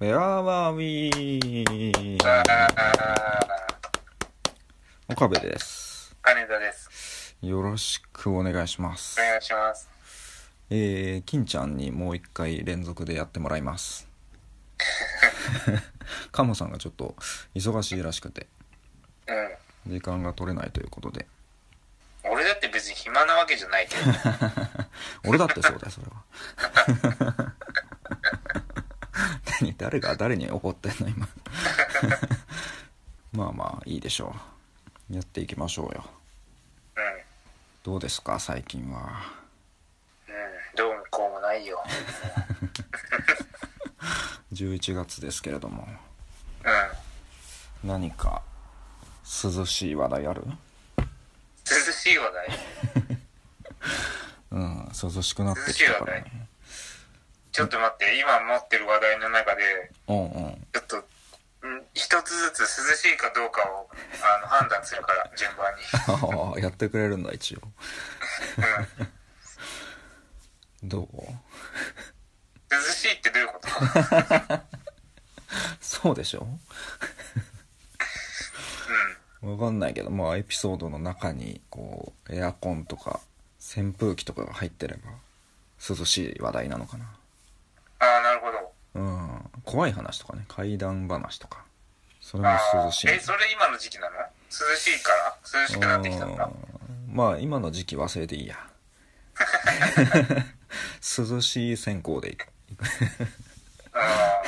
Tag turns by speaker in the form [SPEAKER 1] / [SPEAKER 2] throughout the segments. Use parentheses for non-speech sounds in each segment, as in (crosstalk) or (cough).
[SPEAKER 1] Where are we? 岡部です。
[SPEAKER 2] 金田です。
[SPEAKER 1] よろしくお願いします
[SPEAKER 2] お。願いします。
[SPEAKER 1] えー、金ちゃんにもう一回連続でやってもらいます。 (laughs) カモさんがちょっと忙しいらしくて、
[SPEAKER 2] うん。
[SPEAKER 1] 時間が取れないということで。
[SPEAKER 2] 俺だって別に暇なわけじゃ
[SPEAKER 1] (laughs)
[SPEAKER 2] ないけど。
[SPEAKER 1] 俺だってそうだよ、それは。 (laughs) 何誰が誰に怒ってんの、今。 (laughs) まあまあ、いいでしょう。やっていきましょうよ。
[SPEAKER 2] う
[SPEAKER 1] どうですか、最近は。
[SPEAKER 2] ん。うん。どうもこうもないよ。
[SPEAKER 1] 11月ですけれども
[SPEAKER 2] うん。
[SPEAKER 1] 何か涼しい話題ある
[SPEAKER 2] 涼しい話題。
[SPEAKER 1] うん涼しくなってきたからね
[SPEAKER 2] ちょっと待って、今持ってる話題の中で、
[SPEAKER 1] うんうん
[SPEAKER 2] ちょっと、ん一つずつ涼しいかどうかをあの判断するから、順番に。
[SPEAKER 1] ああやってくれるんだ (laughs) 一応
[SPEAKER 2] うん。
[SPEAKER 1] どう
[SPEAKER 2] 涼しいってどういうこと
[SPEAKER 1] そうでしょ
[SPEAKER 2] う。
[SPEAKER 1] わかんないけどまあエピソードの中にこうエアコンとか扇風機とかが入ってれば涼しい話題なのかなん
[SPEAKER 2] ああ、なるほど。
[SPEAKER 1] うん怖い話とかね怪談話とかそれも
[SPEAKER 2] ああ
[SPEAKER 1] 涼しい
[SPEAKER 2] ー、え、それ今の時期なの涼しいから涼しくなってきたんだ。
[SPEAKER 1] うんまあ今の時期忘れていいや涼しい選考でいく
[SPEAKER 2] あ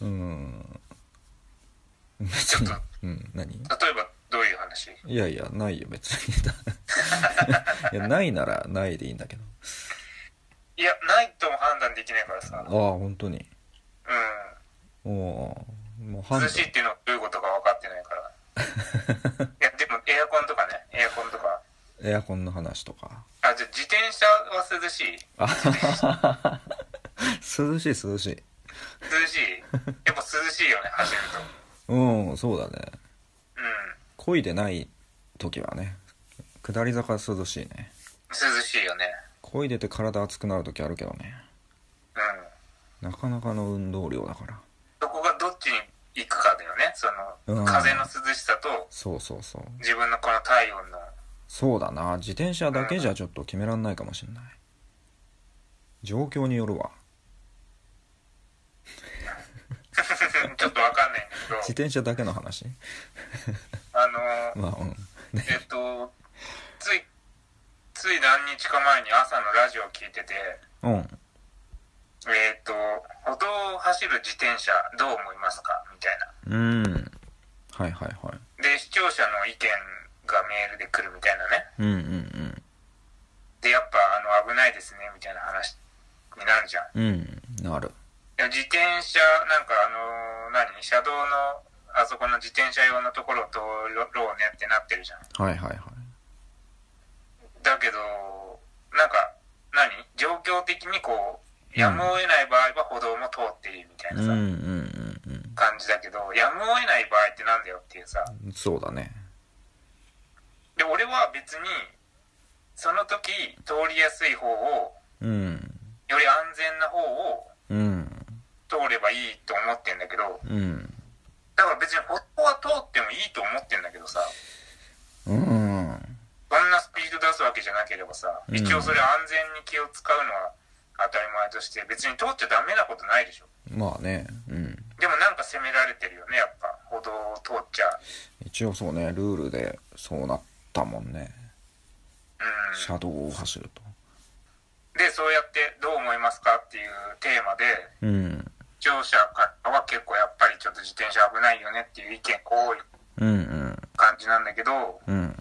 [SPEAKER 1] うん別にうん何
[SPEAKER 2] あ、例えばどういう話
[SPEAKER 1] いやいやないよ別に (laughs) いやないならないでいいんだけど
[SPEAKER 2] いや、ないとも判断できないからさ
[SPEAKER 1] ああ。本当に
[SPEAKER 2] う
[SPEAKER 1] おおもう判
[SPEAKER 2] ん。涼
[SPEAKER 1] 断
[SPEAKER 2] しいっていうのはどういうことか分かってないから。
[SPEAKER 1] (laughs)
[SPEAKER 2] いや、でもエアコンとかね、エアコンとか。
[SPEAKER 1] エアコンの話とか
[SPEAKER 2] あ、じゃあ自転車は涼しい
[SPEAKER 1] あ涼しい涼しい
[SPEAKER 2] 涼
[SPEAKER 1] (laughs)
[SPEAKER 2] しいやっぱ涼しいよね、走ると。
[SPEAKER 1] うんそうだね
[SPEAKER 2] う
[SPEAKER 1] 漕いでない時はね下り坂涼しいね
[SPEAKER 2] ん。涼しいよね。
[SPEAKER 1] 漕いでて体熱くなる時あるけどね
[SPEAKER 2] うん。
[SPEAKER 1] なかなかの運動量だから
[SPEAKER 2] そこがどっちに行くかだよね。その、
[SPEAKER 1] うん
[SPEAKER 2] 風の涼しさと
[SPEAKER 1] そうそうそう
[SPEAKER 2] 自分のこの体温の。 (laughs)
[SPEAKER 1] そうだな自転車だけじゃちょっと決めらんないかもしんない状況によるわ
[SPEAKER 2] ちょっと分かんないんだ
[SPEAKER 1] 自
[SPEAKER 2] けど、
[SPEAKER 1] 転車だけの話
[SPEAKER 2] あの、
[SPEAKER 1] まあうん
[SPEAKER 2] えっと、つい、つい何日か前に朝のラジオを聞いてて、
[SPEAKER 1] うん
[SPEAKER 2] えっ、と、歩道を走る自転車どう思いますかみたいな。
[SPEAKER 1] うんはいはいはい
[SPEAKER 2] で、視聴者の意見がメールで来るみたいなね。
[SPEAKER 1] うんうん
[SPEAKER 2] で、やっぱあの危ないですね、みたいな話になるじゃ
[SPEAKER 1] う
[SPEAKER 2] ん。
[SPEAKER 1] んうんなる
[SPEAKER 2] でも自転車、なんかあのー何車道の、あそこの自転車用のところを通ろうねってなってるじゃん。
[SPEAKER 1] はいはいはい
[SPEAKER 2] だけど、なんか、何状況的にこう、やむを得ない場合は歩道も通っていいみたいな
[SPEAKER 1] うん
[SPEAKER 2] さ、
[SPEAKER 1] うんうん
[SPEAKER 2] 感じだけど、やむを得ない場合ってなんだよっていうさ。
[SPEAKER 1] うんそうだね
[SPEAKER 2] で俺は別にその時通りやすい方を
[SPEAKER 1] うん
[SPEAKER 2] より安全な方を
[SPEAKER 1] うん
[SPEAKER 2] 通ればいいと思ってんだけど
[SPEAKER 1] うん
[SPEAKER 2] だから別に歩道は通ってもいいと思ってんだけどさ
[SPEAKER 1] うん
[SPEAKER 2] そんなスピード出すわけじゃなければさ
[SPEAKER 1] うん
[SPEAKER 2] 一応それ安全に気を使うのは当たり前として別に通っちゃダメなことないでしょ
[SPEAKER 1] まあねうん
[SPEAKER 2] でもなんか責められてるよねやっぱ歩道を通っちゃ
[SPEAKER 1] 一応そうねルールでそうなったもんね
[SPEAKER 2] うん
[SPEAKER 1] 車道を走ると
[SPEAKER 2] でそうやってどう思いますかっていうテーマで
[SPEAKER 1] うん
[SPEAKER 2] 視聴者からは結構やっぱりちょっと自転車危ないよねっていう意見が多い
[SPEAKER 1] うんうん
[SPEAKER 2] 感じなんだけど
[SPEAKER 1] うん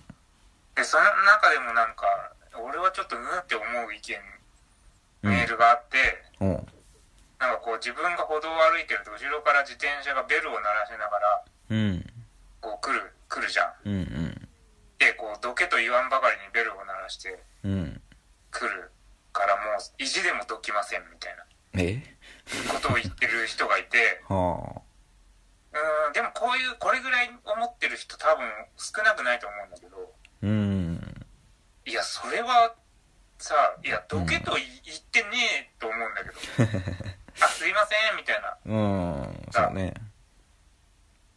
[SPEAKER 2] でその中でもなんか俺はちょっとうんって思う意見
[SPEAKER 1] うん
[SPEAKER 2] メールがあって、
[SPEAKER 1] うん
[SPEAKER 2] なんかこう自分が歩道を歩いてると後ろから自転車がベルを鳴らしながら
[SPEAKER 1] うん
[SPEAKER 2] こう来る来るじゃん
[SPEAKER 1] うんうん
[SPEAKER 2] でこうどけと言わんばかりにベルを鳴らして
[SPEAKER 1] うん
[SPEAKER 2] 来るからもう意地でもどきませんみたいな
[SPEAKER 1] え
[SPEAKER 2] ことを言ってる人がいて
[SPEAKER 1] は
[SPEAKER 2] うーんでもこういうこれぐらい思ってる人多分少なくないと思うんだけど
[SPEAKER 1] あうん
[SPEAKER 2] いやそれはさいやどけとい言ってねえと思うんだけどあすいません、みたいな。
[SPEAKER 1] うんそうね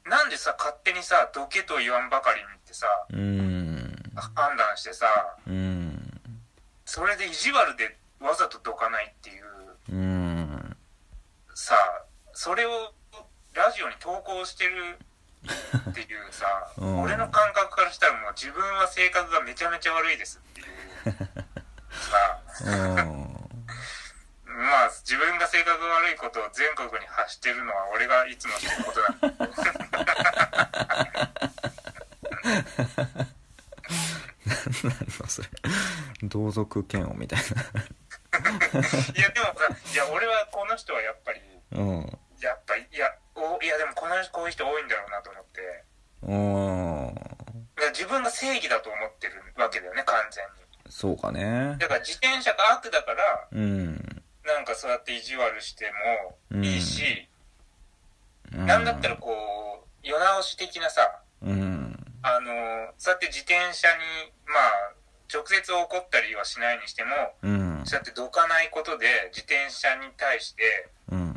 [SPEAKER 2] なんでさ、勝手にさ、どけと言わんばかりにってさ、
[SPEAKER 1] うん
[SPEAKER 2] 判断してさ、
[SPEAKER 1] うん
[SPEAKER 2] それで意地悪でわざとどかないっていう
[SPEAKER 1] うん、
[SPEAKER 2] さ、それをラジオに投稿してるっていうさ
[SPEAKER 1] うん
[SPEAKER 2] 俺の感覚からしたらもう自分は性格がめちゃめちゃ悪いですっていうさ、まあ自分が性格が悪いことを全国に発してるのは俺がいつもしてることだ。
[SPEAKER 1] 何なのそれ同族嫌悪みたい
[SPEAKER 2] いやでもさ、いや俺はこの人はやっぱり、
[SPEAKER 1] なうん
[SPEAKER 2] やっぱいや、おいやでもこの人こういう人多いんだろうなと思って、
[SPEAKER 1] うん
[SPEAKER 2] いや自分が正義だと思ってるわけだよね、完全に。
[SPEAKER 1] そうかね
[SPEAKER 2] だから自転車が悪だから、
[SPEAKER 1] うん
[SPEAKER 2] なんかそうやって意地悪してもいいし、
[SPEAKER 1] うん
[SPEAKER 2] なんだったらこう、世直し的なさ、
[SPEAKER 1] うん
[SPEAKER 2] あのー、そうやって自転車に、まあ、直接怒ったりはしないにしても、
[SPEAKER 1] うん
[SPEAKER 2] そうやってどかないことで、自転車に対して、
[SPEAKER 1] うん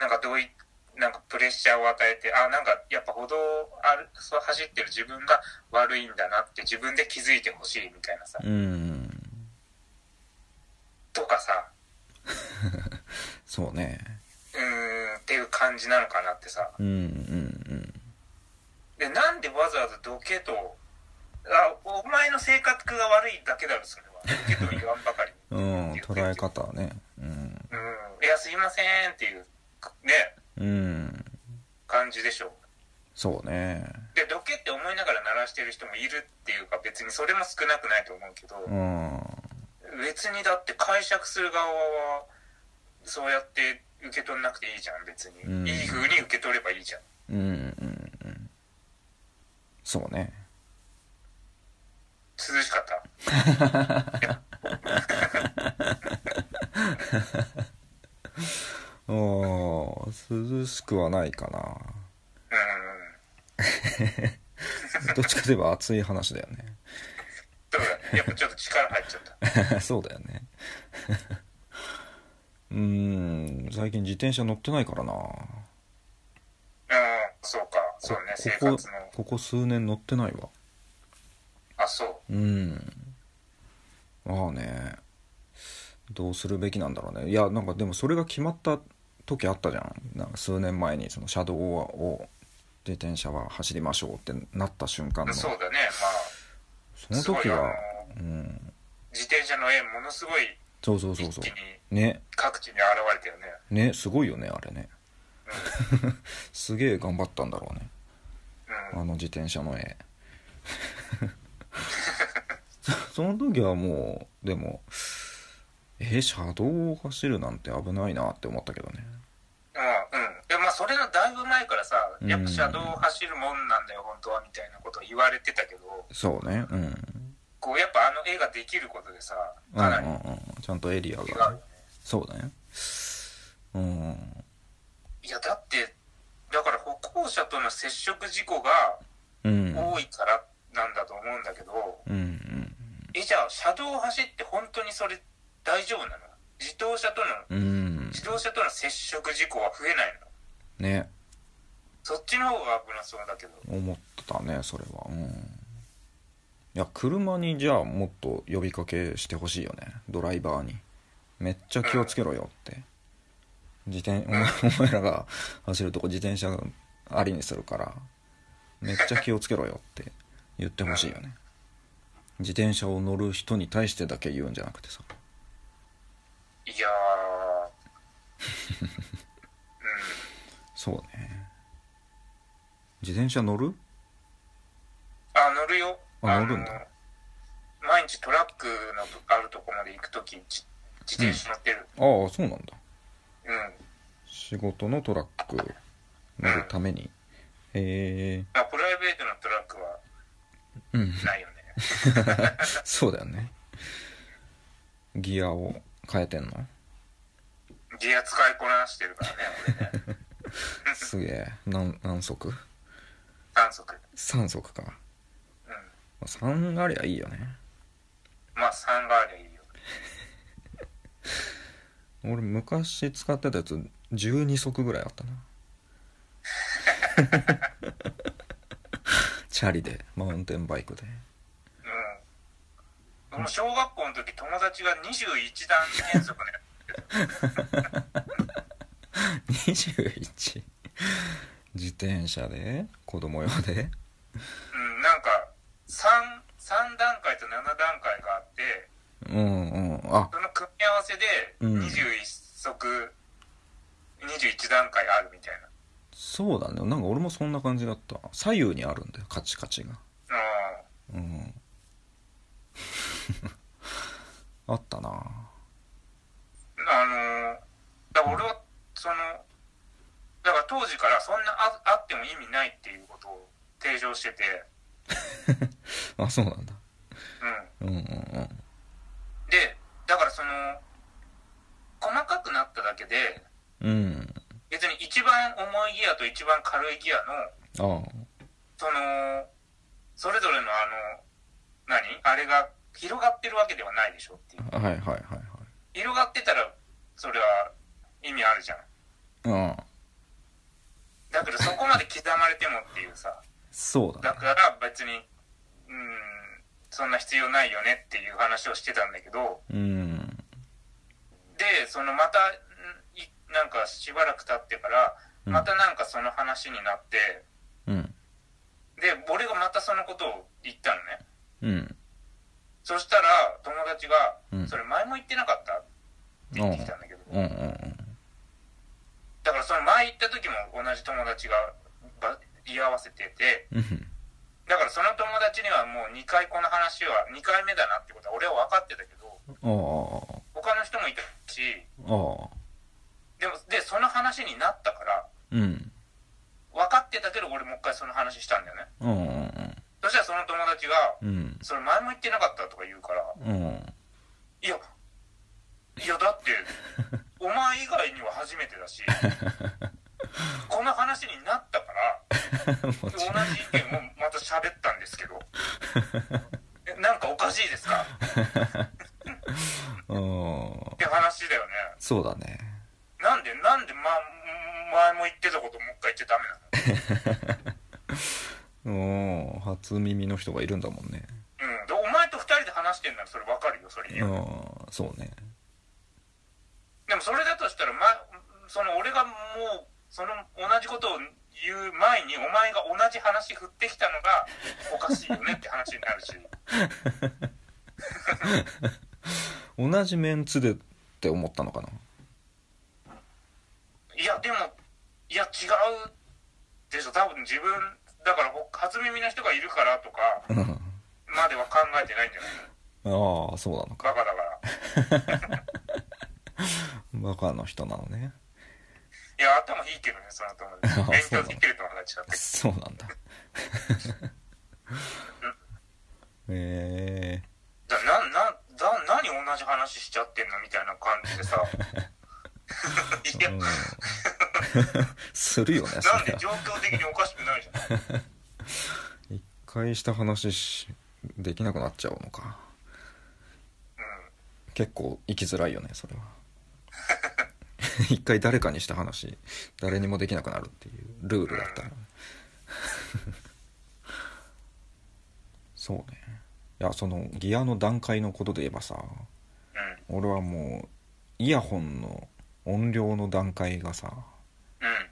[SPEAKER 2] なんかどうい、なんかプレッシャーを与えて、あ、なんかやっぱ歩道を歩そう走ってる自分が悪いんだなって自分で気づいてほしいみたいなさ、
[SPEAKER 1] うん
[SPEAKER 2] とかさ、
[SPEAKER 1] そうね
[SPEAKER 2] うーん、っていう感じなのかなってさ、
[SPEAKER 1] うんうん
[SPEAKER 2] で、なんでわざわざどけと、あ、お前の性格が悪いだけだろ、それは。どけと言わんばかり。
[SPEAKER 1] (laughs) うんうん捉え方はねうん
[SPEAKER 2] うん。いや、すいませんっていう、ね、
[SPEAKER 1] うん
[SPEAKER 2] 感じでしょ。
[SPEAKER 1] そうね
[SPEAKER 2] で、どけって思いながら鳴らしてる人もいるっていうか、別にそれも少なくないと思うけど、
[SPEAKER 1] うん
[SPEAKER 2] 別にだって解釈する側は、そうやって受け取んなくていいじゃん、別に。
[SPEAKER 1] うん
[SPEAKER 2] いい風に受け取ればいいじゃん。
[SPEAKER 1] うんうんうんそうね
[SPEAKER 2] 涼しかった。
[SPEAKER 1] あー涼しくはないかな
[SPEAKER 2] うん。
[SPEAKER 1] どっちかといえば熱い話だよ
[SPEAKER 2] そうだね。やっぱちょっと力入っちゃった。
[SPEAKER 1] ね (laughs) そうだよね (laughs) うーん最近自転車乗ってないからな
[SPEAKER 2] うん、そうか。そうね、生活
[SPEAKER 1] ここ
[SPEAKER 2] の。
[SPEAKER 1] ここ数年乗ってないわ
[SPEAKER 2] あ、そう。
[SPEAKER 1] うんまあねどうするべきなんだろうねいやなんかでもそれが決まった時あったじゃんなんか数年前にその車道を自転車は走りましょうってなった瞬間の
[SPEAKER 2] そうだね、
[SPEAKER 1] そ
[SPEAKER 2] まあ、
[SPEAKER 1] の
[SPEAKER 2] すご
[SPEAKER 1] 時
[SPEAKER 2] いあの
[SPEAKER 1] は、うん、
[SPEAKER 2] 自転車の絵、ものすごい
[SPEAKER 1] そうそうそ
[SPEAKER 2] 一
[SPEAKER 1] うそ
[SPEAKER 2] 気に
[SPEAKER 1] うね
[SPEAKER 2] 各地に現れたよね。
[SPEAKER 1] ねすごいよねあれね (laughs) すげえ頑張ったんだろうねあ
[SPEAKER 2] うん。
[SPEAKER 1] の自転車の絵 (laughs) そその時はもうでもえー車道を走るなんて危ないなって思ったけどね
[SPEAKER 2] うん、うん。でまあ、それのだいぶ前からさ、
[SPEAKER 1] うん
[SPEAKER 2] やっぱ車道を走るもんなんだよ、本当は、みたいなことを言われてたけど、
[SPEAKER 1] そうねうん
[SPEAKER 2] こう、やっぱあの絵ができることでさ、かなり
[SPEAKER 1] うん
[SPEAKER 2] 違
[SPEAKER 1] うんうん、ちゃんとエリア
[SPEAKER 2] う
[SPEAKER 1] が
[SPEAKER 2] よね。
[SPEAKER 1] そうだねうん
[SPEAKER 2] いや、だって、だから歩行者との接触事故が
[SPEAKER 1] うん
[SPEAKER 2] 多いからなんだと思うんだけど、
[SPEAKER 1] うんうん
[SPEAKER 2] えじゃあ車道を走って本当にそれ大丈夫なの自動車と
[SPEAKER 1] う
[SPEAKER 2] の
[SPEAKER 1] ん
[SPEAKER 2] 自動車との接触事故は増えないの
[SPEAKER 1] ね
[SPEAKER 2] そっちの方が危なそうだけど
[SPEAKER 1] 思ってたねそれはうんいや車にじゃあもっと呼びかけしてほしいよねドライバーにめっちゃ気をつけろよって自転お前お前らが走るとこ自転車ありにするからめっちゃ気をつけろよって言ってほしいよね自転車を乗る人に対してだけ言うんじゃなくてさ
[SPEAKER 2] いや
[SPEAKER 1] (laughs)
[SPEAKER 2] ー
[SPEAKER 1] そうね自転車乗る
[SPEAKER 2] うんあ乗るよ
[SPEAKER 1] あ
[SPEAKER 2] の
[SPEAKER 1] 乗るんだ
[SPEAKER 2] 毎日トラックのあるとこまで行く時自自転車乗ってる
[SPEAKER 1] ああそうなんだ
[SPEAKER 2] うん、
[SPEAKER 1] 仕事のトラック乗るためにえ
[SPEAKER 2] まあプライベートのトラックは
[SPEAKER 1] ー、うん (laughs)
[SPEAKER 2] ないよね
[SPEAKER 1] そうだよねギアを変えてんの
[SPEAKER 2] ギア使いこなしてるからね俺ね
[SPEAKER 1] すげえ何何足
[SPEAKER 2] 3速
[SPEAKER 1] ?3 足か
[SPEAKER 2] うん
[SPEAKER 1] 3ありゃいいよね
[SPEAKER 2] まあ3がありゃいいよ
[SPEAKER 1] 俺昔使ってたやつ12足ぐらいあったな (laughs) チャリでマウンテンバイクで
[SPEAKER 2] うん。俺も小学校の時、友達が21段原則ね。 (laughs)
[SPEAKER 1] 21自転車で子供用で
[SPEAKER 2] うん、なんか、3、三段階と7段階があって、
[SPEAKER 1] うんうんあ
[SPEAKER 2] その組み合わせで
[SPEAKER 1] うん
[SPEAKER 2] 21足、21段階あるみたいな。
[SPEAKER 1] そうだねなんか俺もそんな感じだった左右にあるんだよカチカチが
[SPEAKER 2] うん。
[SPEAKER 1] うん (laughs) あったな
[SPEAKER 2] あのーだから俺は、その、だから当時からそんなああっても意味ないっていうことを提唱してて、
[SPEAKER 1] あそうなんだ
[SPEAKER 2] うん。
[SPEAKER 1] うんうんうん
[SPEAKER 2] で、だからその、細かくなっただけで、
[SPEAKER 1] うん
[SPEAKER 2] 別に一番重いギアと一番軽いギアの、
[SPEAKER 1] あ
[SPEAKER 2] その、それぞれのあの、何あれが広がってるわけではないでしょっていう。
[SPEAKER 1] あはいはいはいはい
[SPEAKER 2] 広がってたら、それは意味あるじゃん。
[SPEAKER 1] うん
[SPEAKER 2] だけどそこまで刻まれてもっていうさ。
[SPEAKER 1] そうだ
[SPEAKER 2] だ
[SPEAKER 1] ね
[SPEAKER 2] から別に、うん、そんな必要ないよねっていう話をしてたんだけど、
[SPEAKER 1] うん
[SPEAKER 2] で、そのまた、んいなんかしばらく経ってから、
[SPEAKER 1] うん
[SPEAKER 2] またなんかその話になって、
[SPEAKER 1] うん
[SPEAKER 2] で、俺がまたそのことを言ったのね。
[SPEAKER 1] うん
[SPEAKER 2] そしたら友達が、
[SPEAKER 1] うん
[SPEAKER 2] それ前も言ってなかったって言ってきたんだけど、
[SPEAKER 1] うんうんうん
[SPEAKER 2] だからその前行った時も同じ友達がば居合わせてて、
[SPEAKER 1] うん
[SPEAKER 2] だからその友達にはもう2回この話は2回目だなってことは俺は分かってたけど、
[SPEAKER 1] ああ
[SPEAKER 2] 他の人もいたし、
[SPEAKER 1] ああ
[SPEAKER 2] でも、で、その話になったから、
[SPEAKER 1] うん
[SPEAKER 2] 分かってたけど俺もう一回その話したんだよね。
[SPEAKER 1] うんうん
[SPEAKER 2] そしたらその友達が、
[SPEAKER 1] うん
[SPEAKER 2] それ前も言ってなかったとか言うから、
[SPEAKER 1] うん
[SPEAKER 2] いや、いやだって、お前以外には初めてだし、この話になったから、
[SPEAKER 1] も
[SPEAKER 2] 同
[SPEAKER 1] ち
[SPEAKER 2] じ
[SPEAKER 1] ろん
[SPEAKER 2] 意見をまた喋ったんですけど、えなんかおかしいですか
[SPEAKER 1] うん
[SPEAKER 2] って話だよね。
[SPEAKER 1] そうだね
[SPEAKER 2] なんで、なんで、ま、前も言ってたこともう一回言っちゃダメなの
[SPEAKER 1] うん初耳の人がいるんだもんね
[SPEAKER 2] うん。で、お前と二人で話してんならそれわかるよ、それに。
[SPEAKER 1] うんそうね
[SPEAKER 2] でもそれだとしたら、ま、その俺がもう、その同じことを言う前に、お前が同じ話振ってきたのがおかしいよねって話になるし。 (laughs)
[SPEAKER 1] 同じメンツでって思ったのかない (laughs)
[SPEAKER 2] や、でも、いや、違うでしょ。多分自分、だからほ初耳の人がいるからとか
[SPEAKER 1] うん
[SPEAKER 2] までは考えてないんじゃないの
[SPEAKER 1] ああそうなのか
[SPEAKER 2] バカだから。
[SPEAKER 1] バカの人なのね
[SPEAKER 2] いや、頭引いてるね、その友
[SPEAKER 1] (laughs)
[SPEAKER 2] 達
[SPEAKER 1] あ。
[SPEAKER 2] 勉
[SPEAKER 1] そうな
[SPEAKER 2] 強
[SPEAKER 1] の
[SPEAKER 2] できる友達だって。
[SPEAKER 1] そうなんだ (laughs) え
[SPEAKER 2] だな、な、だ、何同じ話しちゃってんのみたいな感じ
[SPEAKER 1] (laughs)
[SPEAKER 2] でさ。 (laughs) い
[SPEAKER 1] え
[SPEAKER 2] や、
[SPEAKER 1] う
[SPEAKER 2] なんん
[SPEAKER 1] (laughs) するよねそれ
[SPEAKER 2] で
[SPEAKER 1] は
[SPEAKER 2] 状況的におかしくないじゃん。
[SPEAKER 1] 一回した話しできなくなっちゃうのか
[SPEAKER 2] う
[SPEAKER 1] 結構生きづらいよねそれは (laughs) 一回誰かにした話誰にもできなくなるっていうルールだったら (laughs) そうねいやそのギアの段階のことで言えばさ
[SPEAKER 2] ん。うん。
[SPEAKER 1] 俺はもうイヤホンの音量の段階がさ
[SPEAKER 2] うん。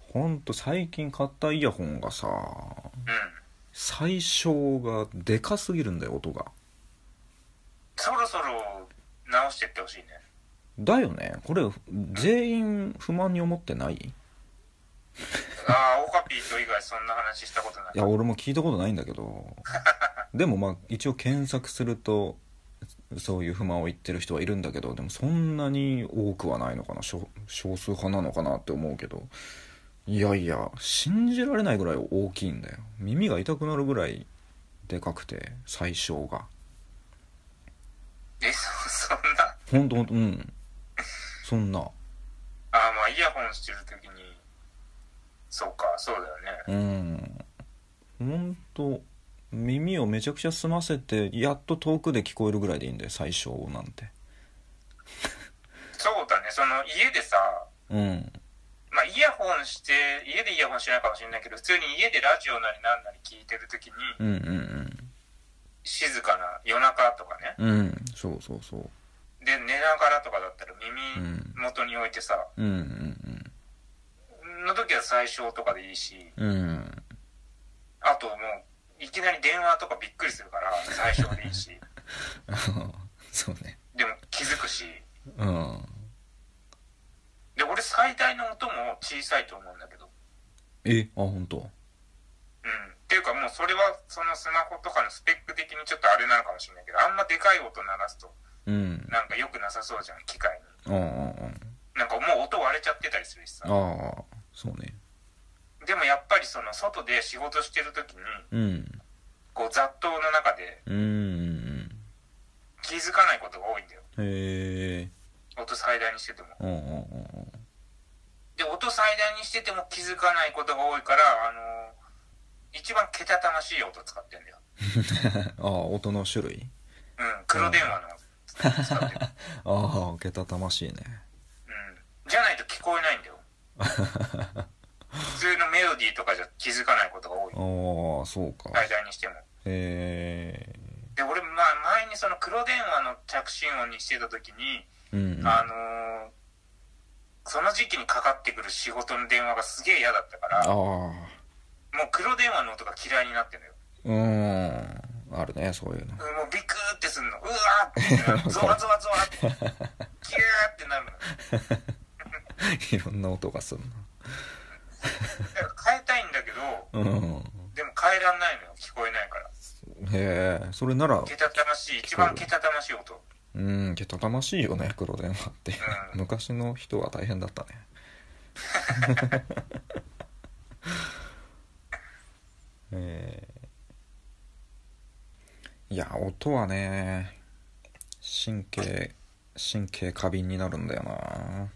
[SPEAKER 1] ほんと最近買ったイヤホンがさ
[SPEAKER 2] うん。
[SPEAKER 1] 最小がでかすぎるんだよ音が
[SPEAKER 2] そろそろ直してってほしいね。
[SPEAKER 1] だよねこれ全員不満に思ってない
[SPEAKER 2] ああ、オカピーと以外そんな話したことない
[SPEAKER 1] い。や俺も聞いたことないんだけどでもまあ一応検索するとそういう不満を言ってる人はいるんだけどでもそんなに多くはないのかな少少数派なのかなって思うけどいやいや信じられないぐらい大きいんだよ耳が痛くなるぐらいでかくて最小が
[SPEAKER 2] え、そ、そんな。
[SPEAKER 1] ほんとほんとうんそんな
[SPEAKER 2] ああ、まあ、イヤホンしてるときに、そうか、そうだよね。
[SPEAKER 1] うんほんと耳をめちゃくちゃ澄ませてやっと遠くで聞こえるぐらいでいいんだよ最小なんて
[SPEAKER 2] そうだね、その家でさ、
[SPEAKER 1] うん
[SPEAKER 2] まあ、イヤホンして、家でイヤホンしないかもしれないけど、普通に家でラジオなりなんなり聞いてるときに、
[SPEAKER 1] うんうん
[SPEAKER 2] 静かな夜中とかね、
[SPEAKER 1] うんうんそうそうそう
[SPEAKER 2] で、寝ながらとかだったら耳
[SPEAKER 1] うん
[SPEAKER 2] 元に置いてさ、
[SPEAKER 1] うんうん
[SPEAKER 2] の時は最小とかでいいし、
[SPEAKER 1] うんうん
[SPEAKER 2] あともう、いきなり電話とかびっくりするから、最小でいいし、
[SPEAKER 1] あーそうね
[SPEAKER 2] でも気づくし、
[SPEAKER 1] うん
[SPEAKER 2] で、俺最大の音も小さいと思うんだけど、
[SPEAKER 1] えあ本当
[SPEAKER 2] うん。っていうかもうそれはそのスマホとかのスペック的にちょっとあれなのかもしれないけど、あんまでかい音鳴らすと、
[SPEAKER 1] うん
[SPEAKER 2] なんか良くなさそうじゃん、機械に。
[SPEAKER 1] あーあー
[SPEAKER 2] なんかもう音割れちゃってたりするし
[SPEAKER 1] あ
[SPEAKER 2] さ。
[SPEAKER 1] ーあーそうね
[SPEAKER 2] でもやっぱりその外で仕事してる時に、
[SPEAKER 1] うん
[SPEAKER 2] こう雑踏の中で
[SPEAKER 1] うんうん
[SPEAKER 2] 気づかないことが多いんだよ。
[SPEAKER 1] うんへえ
[SPEAKER 2] 音最大にしてても。
[SPEAKER 1] うんうんうん
[SPEAKER 2] で、音最大にしてても気づかないことが多いから、あのー一番けたたましい音使ってんだよ。
[SPEAKER 1] ああ音の種類
[SPEAKER 2] うん、黒電話の音使ってる。
[SPEAKER 1] ああけたたましいね
[SPEAKER 2] うん。じゃないと聞こえないんだよ。普通のメロディーとかじゃ気づかないことが多い。
[SPEAKER 1] ああそうか
[SPEAKER 2] 最大にしても。
[SPEAKER 1] へ
[SPEAKER 2] で、俺、まあ、前にその黒電話の着信音にしてた時に、
[SPEAKER 1] えうん
[SPEAKER 2] あのーその時期にかかってくる仕事の電話がすげえ嫌だったから、
[SPEAKER 1] ああ
[SPEAKER 2] もう黒電話の音が嫌いになってんのよ。
[SPEAKER 1] うーんあるねそういうの
[SPEAKER 2] うんもうビクーってすんの。う
[SPEAKER 1] (laughs)
[SPEAKER 2] わーって。ゾワゾワゾワって。キューってなるの。
[SPEAKER 1] いろんな音がする
[SPEAKER 2] だから変えたいんだけど、
[SPEAKER 1] なうん
[SPEAKER 2] でも変えらんないのよ。聞こえないから。
[SPEAKER 1] へえそれなら
[SPEAKER 2] けたたましい、一番けたたましい音。
[SPEAKER 1] うんけたたましいよね黒電話って
[SPEAKER 2] うん
[SPEAKER 1] 昔の人は大変だった
[SPEAKER 2] (laughs)
[SPEAKER 1] ねえーいや音はね神経神経過敏になるんだよな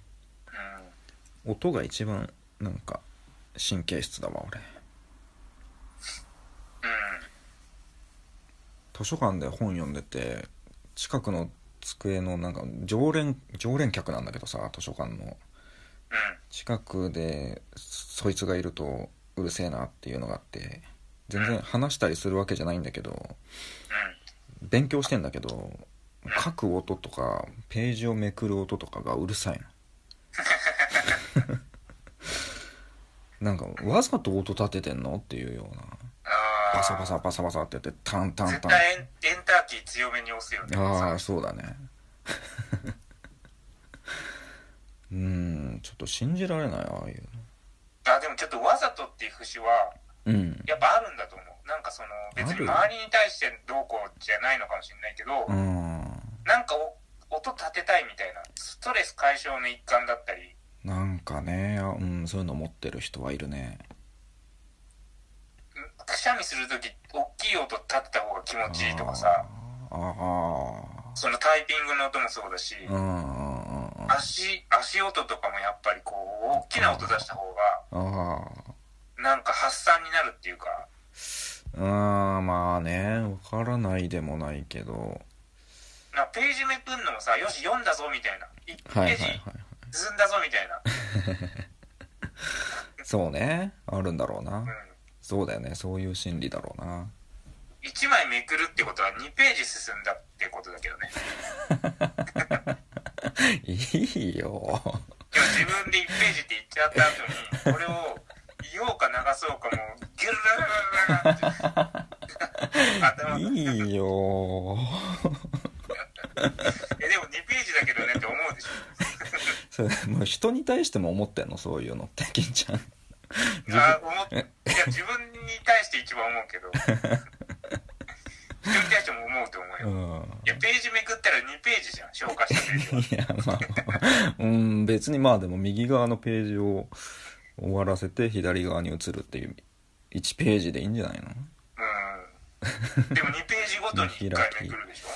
[SPEAKER 2] うん。
[SPEAKER 1] 音が一番なんか神経質だわ俺
[SPEAKER 2] うん。
[SPEAKER 1] 図書館で本読んでて近くの机のなんか常連常連客なんだけどさ図書館の
[SPEAKER 2] うん。
[SPEAKER 1] 近くでそいつがいるとうるせえなっていうのがあって全然話したりするわけじゃないんだけど
[SPEAKER 2] うん。
[SPEAKER 1] 勉強してんだけど書く音とかページをめくる音とかがうる
[SPEAKER 2] (laughs)
[SPEAKER 1] さいのなんかわざと音立ててんのっていうような
[SPEAKER 2] あー
[SPEAKER 1] バサバサバサバサってやってタンタン
[SPEAKER 2] 絶
[SPEAKER 1] タン
[SPEAKER 2] 対エンエンターキー強めに押すよね。
[SPEAKER 1] ああそうだね (laughs) うーんちょっと信じられないああいう
[SPEAKER 2] あでもちょっとわざとっていう節は、
[SPEAKER 1] のうん
[SPEAKER 2] やっぱあるんだと思う。なんかその、別に
[SPEAKER 1] あ
[SPEAKER 2] 周りに対してどうこうじゃないのかもしれないけど
[SPEAKER 1] う、ん
[SPEAKER 2] なんかお音立てたいみたいな、ストレス解消の一環だったり、
[SPEAKER 1] なんかね、あうん、そういうの持ってる人はいるね。
[SPEAKER 2] うんくしゃみするとき、大きい音立てた方が気持ちいいとかさ、
[SPEAKER 1] ああ
[SPEAKER 2] そのタイピングの音もそうだし、
[SPEAKER 1] ー、うんうんうんうん。あ
[SPEAKER 2] 足、足音とかもやっぱりこう、大きな音出した方
[SPEAKER 1] あ
[SPEAKER 2] が、なんか発散になるっていうか、
[SPEAKER 1] ー、うん、まあね、わからないでもないけど。
[SPEAKER 2] なんかページめくんのもさ、よし、読んだぞみたいな、1
[SPEAKER 1] はい
[SPEAKER 2] ペ
[SPEAKER 1] は
[SPEAKER 2] ー
[SPEAKER 1] いはい
[SPEAKER 2] ジ。進んだぞみたいな、
[SPEAKER 1] そうね、あるんだろうな
[SPEAKER 2] うん。
[SPEAKER 1] そうだよね、そういう心理だろうな。
[SPEAKER 2] 1枚めくるってことは2ページ進んだってことだけどね。
[SPEAKER 1] いいよ。
[SPEAKER 2] でも自分で1ページって言っちゃった後に、これを言おうか流そうかもう、ギュルルルルルル
[SPEAKER 1] (laughs)
[SPEAKER 2] って。頭の中
[SPEAKER 1] いいよ。
[SPEAKER 2] え、でも2ページだけどねって思
[SPEAKER 1] (laughs)
[SPEAKER 2] うでしょ。
[SPEAKER 1] それ、もう人に対しても思ってんの、そういうのって、金ちゃん。自分
[SPEAKER 2] あ、思っいや、自分に対して一番思うけど。
[SPEAKER 1] (laughs)
[SPEAKER 2] 人に対しても思うと思う
[SPEAKER 1] う
[SPEAKER 2] よ。
[SPEAKER 1] ん。
[SPEAKER 2] いや、ページめくったら2ページじゃん、消化したページは。
[SPEAKER 1] いやまあうん別にまあでも右側のページを終わらせて左側に移るっていう1ページでいいんじゃないの
[SPEAKER 2] うん。でも2ページごとに1回めくるでしょ。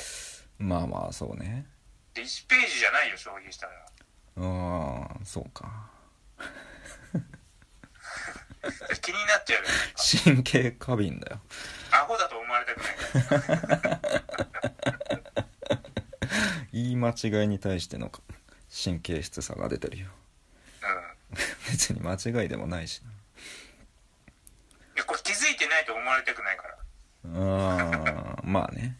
[SPEAKER 1] まあまあそうね
[SPEAKER 2] で、1ページじゃないよ、消費したのは。
[SPEAKER 1] うんそうか
[SPEAKER 2] 気になっちゃうよ。
[SPEAKER 1] 神経過敏だよ
[SPEAKER 2] アホだと思われたくないから。
[SPEAKER 1] 言い間違いに対しての神経質さが出てるよ
[SPEAKER 2] うん。
[SPEAKER 1] 別に間違いでもないし
[SPEAKER 2] いやこれ気づいてないと思われたくないから
[SPEAKER 1] なあーまあね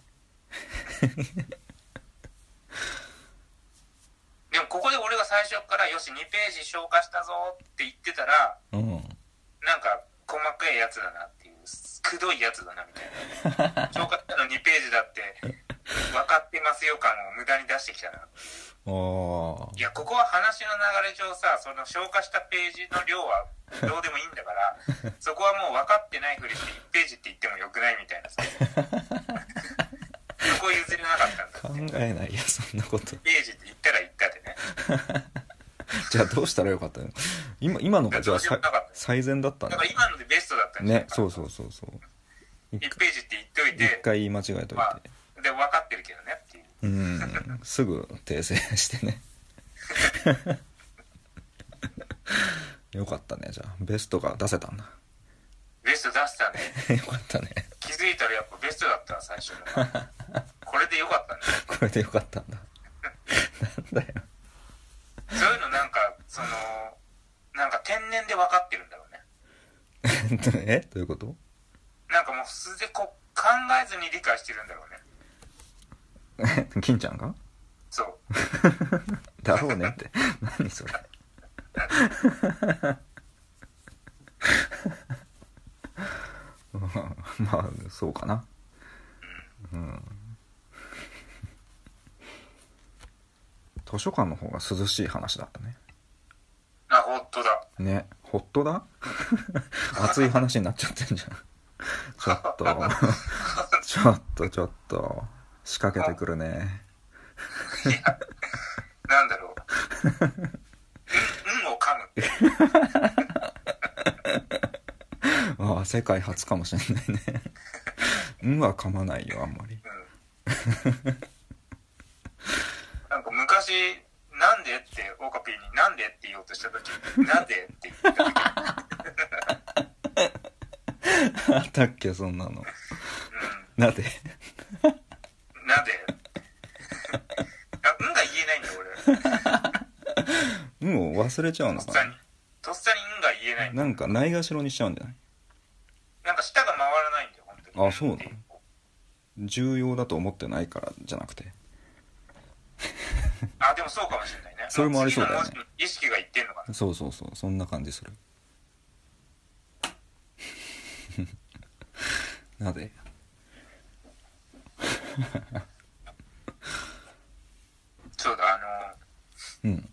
[SPEAKER 2] でもここで俺が最初から「よし2ページ消化したぞ」って言ってたら
[SPEAKER 1] うん
[SPEAKER 2] なんか細かいやつだなっていうくどいやつだなみたいな消化したの2ページだって分かってますよ感を無駄に出してきたな
[SPEAKER 1] あ
[SPEAKER 2] いやここは話の流れ上さその消化したページの量はどうでもいいんだからそこはもう分かってないふりして1ページって言ってもよくないみたいなさそこ譲れなかったんだ
[SPEAKER 1] あ考えないよそんなこと
[SPEAKER 2] ページって言ったら言ったでね
[SPEAKER 1] じゃあどうしたらよかったの今今のがじゃあさ
[SPEAKER 2] どうしようもなかった
[SPEAKER 1] 最善だったん
[SPEAKER 2] だ
[SPEAKER 1] だ
[SPEAKER 2] から今のでベストだったんじゃな
[SPEAKER 1] ね
[SPEAKER 2] いかな
[SPEAKER 1] そうそうそうそう一
[SPEAKER 2] 1ページって言っとい
[SPEAKER 1] 一
[SPEAKER 2] て
[SPEAKER 1] 回言い間違えといて、
[SPEAKER 2] まあで分かってるけどねっていう
[SPEAKER 1] うんすぐ訂正してね (laughs) よかったねじゃあベストが出せたんだ (laughs)
[SPEAKER 2] ベスト出したね
[SPEAKER 1] よかったね
[SPEAKER 2] 気づいたらやっぱベストだったわ最初のがこれでよかったね
[SPEAKER 1] これでよかったんだなんだよ
[SPEAKER 2] そういうのなんかそのなんか天然で分かってるんだろうね
[SPEAKER 1] えどういうこと (laughs)
[SPEAKER 2] なんかもう素でこう考えずに理解してるんだろうね
[SPEAKER 1] 金ちゃんが
[SPEAKER 2] そう
[SPEAKER 1] だろうねって何それうん (laughs) まあそうかなうん図書館の方が涼しい話だったね
[SPEAKER 2] あ本当だ
[SPEAKER 1] ねホット (laughs) だ熱い話になっちゃってんじゃんちょ (laughs) っとちょっとちょっと仕掛けてくるね
[SPEAKER 2] いやなんだろううんうんを噛むって
[SPEAKER 1] ああ世界初かもしれないね (laughs) うんは噛まないよあんまり (laughs)
[SPEAKER 2] なんか昔なんでってオカピーになんでって言おうとした時なんでって言った時
[SPEAKER 1] あったっけそんなの
[SPEAKER 2] う
[SPEAKER 1] なんで
[SPEAKER 2] んなんであうんが言えないんだよ俺
[SPEAKER 1] うんを忘れちゃうの
[SPEAKER 2] とっ
[SPEAKER 1] か
[SPEAKER 2] さにとっさにうんが言えな
[SPEAKER 1] な
[SPEAKER 2] い
[SPEAKER 1] ん
[SPEAKER 2] だ
[SPEAKER 1] なんかないがしろにしちゃうんじゃない
[SPEAKER 2] なんか舌が回らないんだよ本当に
[SPEAKER 1] あそうなの重要だと思ってないからじゃなくて
[SPEAKER 2] あでもそうかもしれないね
[SPEAKER 1] それもありそうだよね
[SPEAKER 2] 次の文字に意識がいってんのかな
[SPEAKER 1] そうそうそうそんな感じする (laughs) なぜ
[SPEAKER 2] そうだあの
[SPEAKER 1] うん (laughs)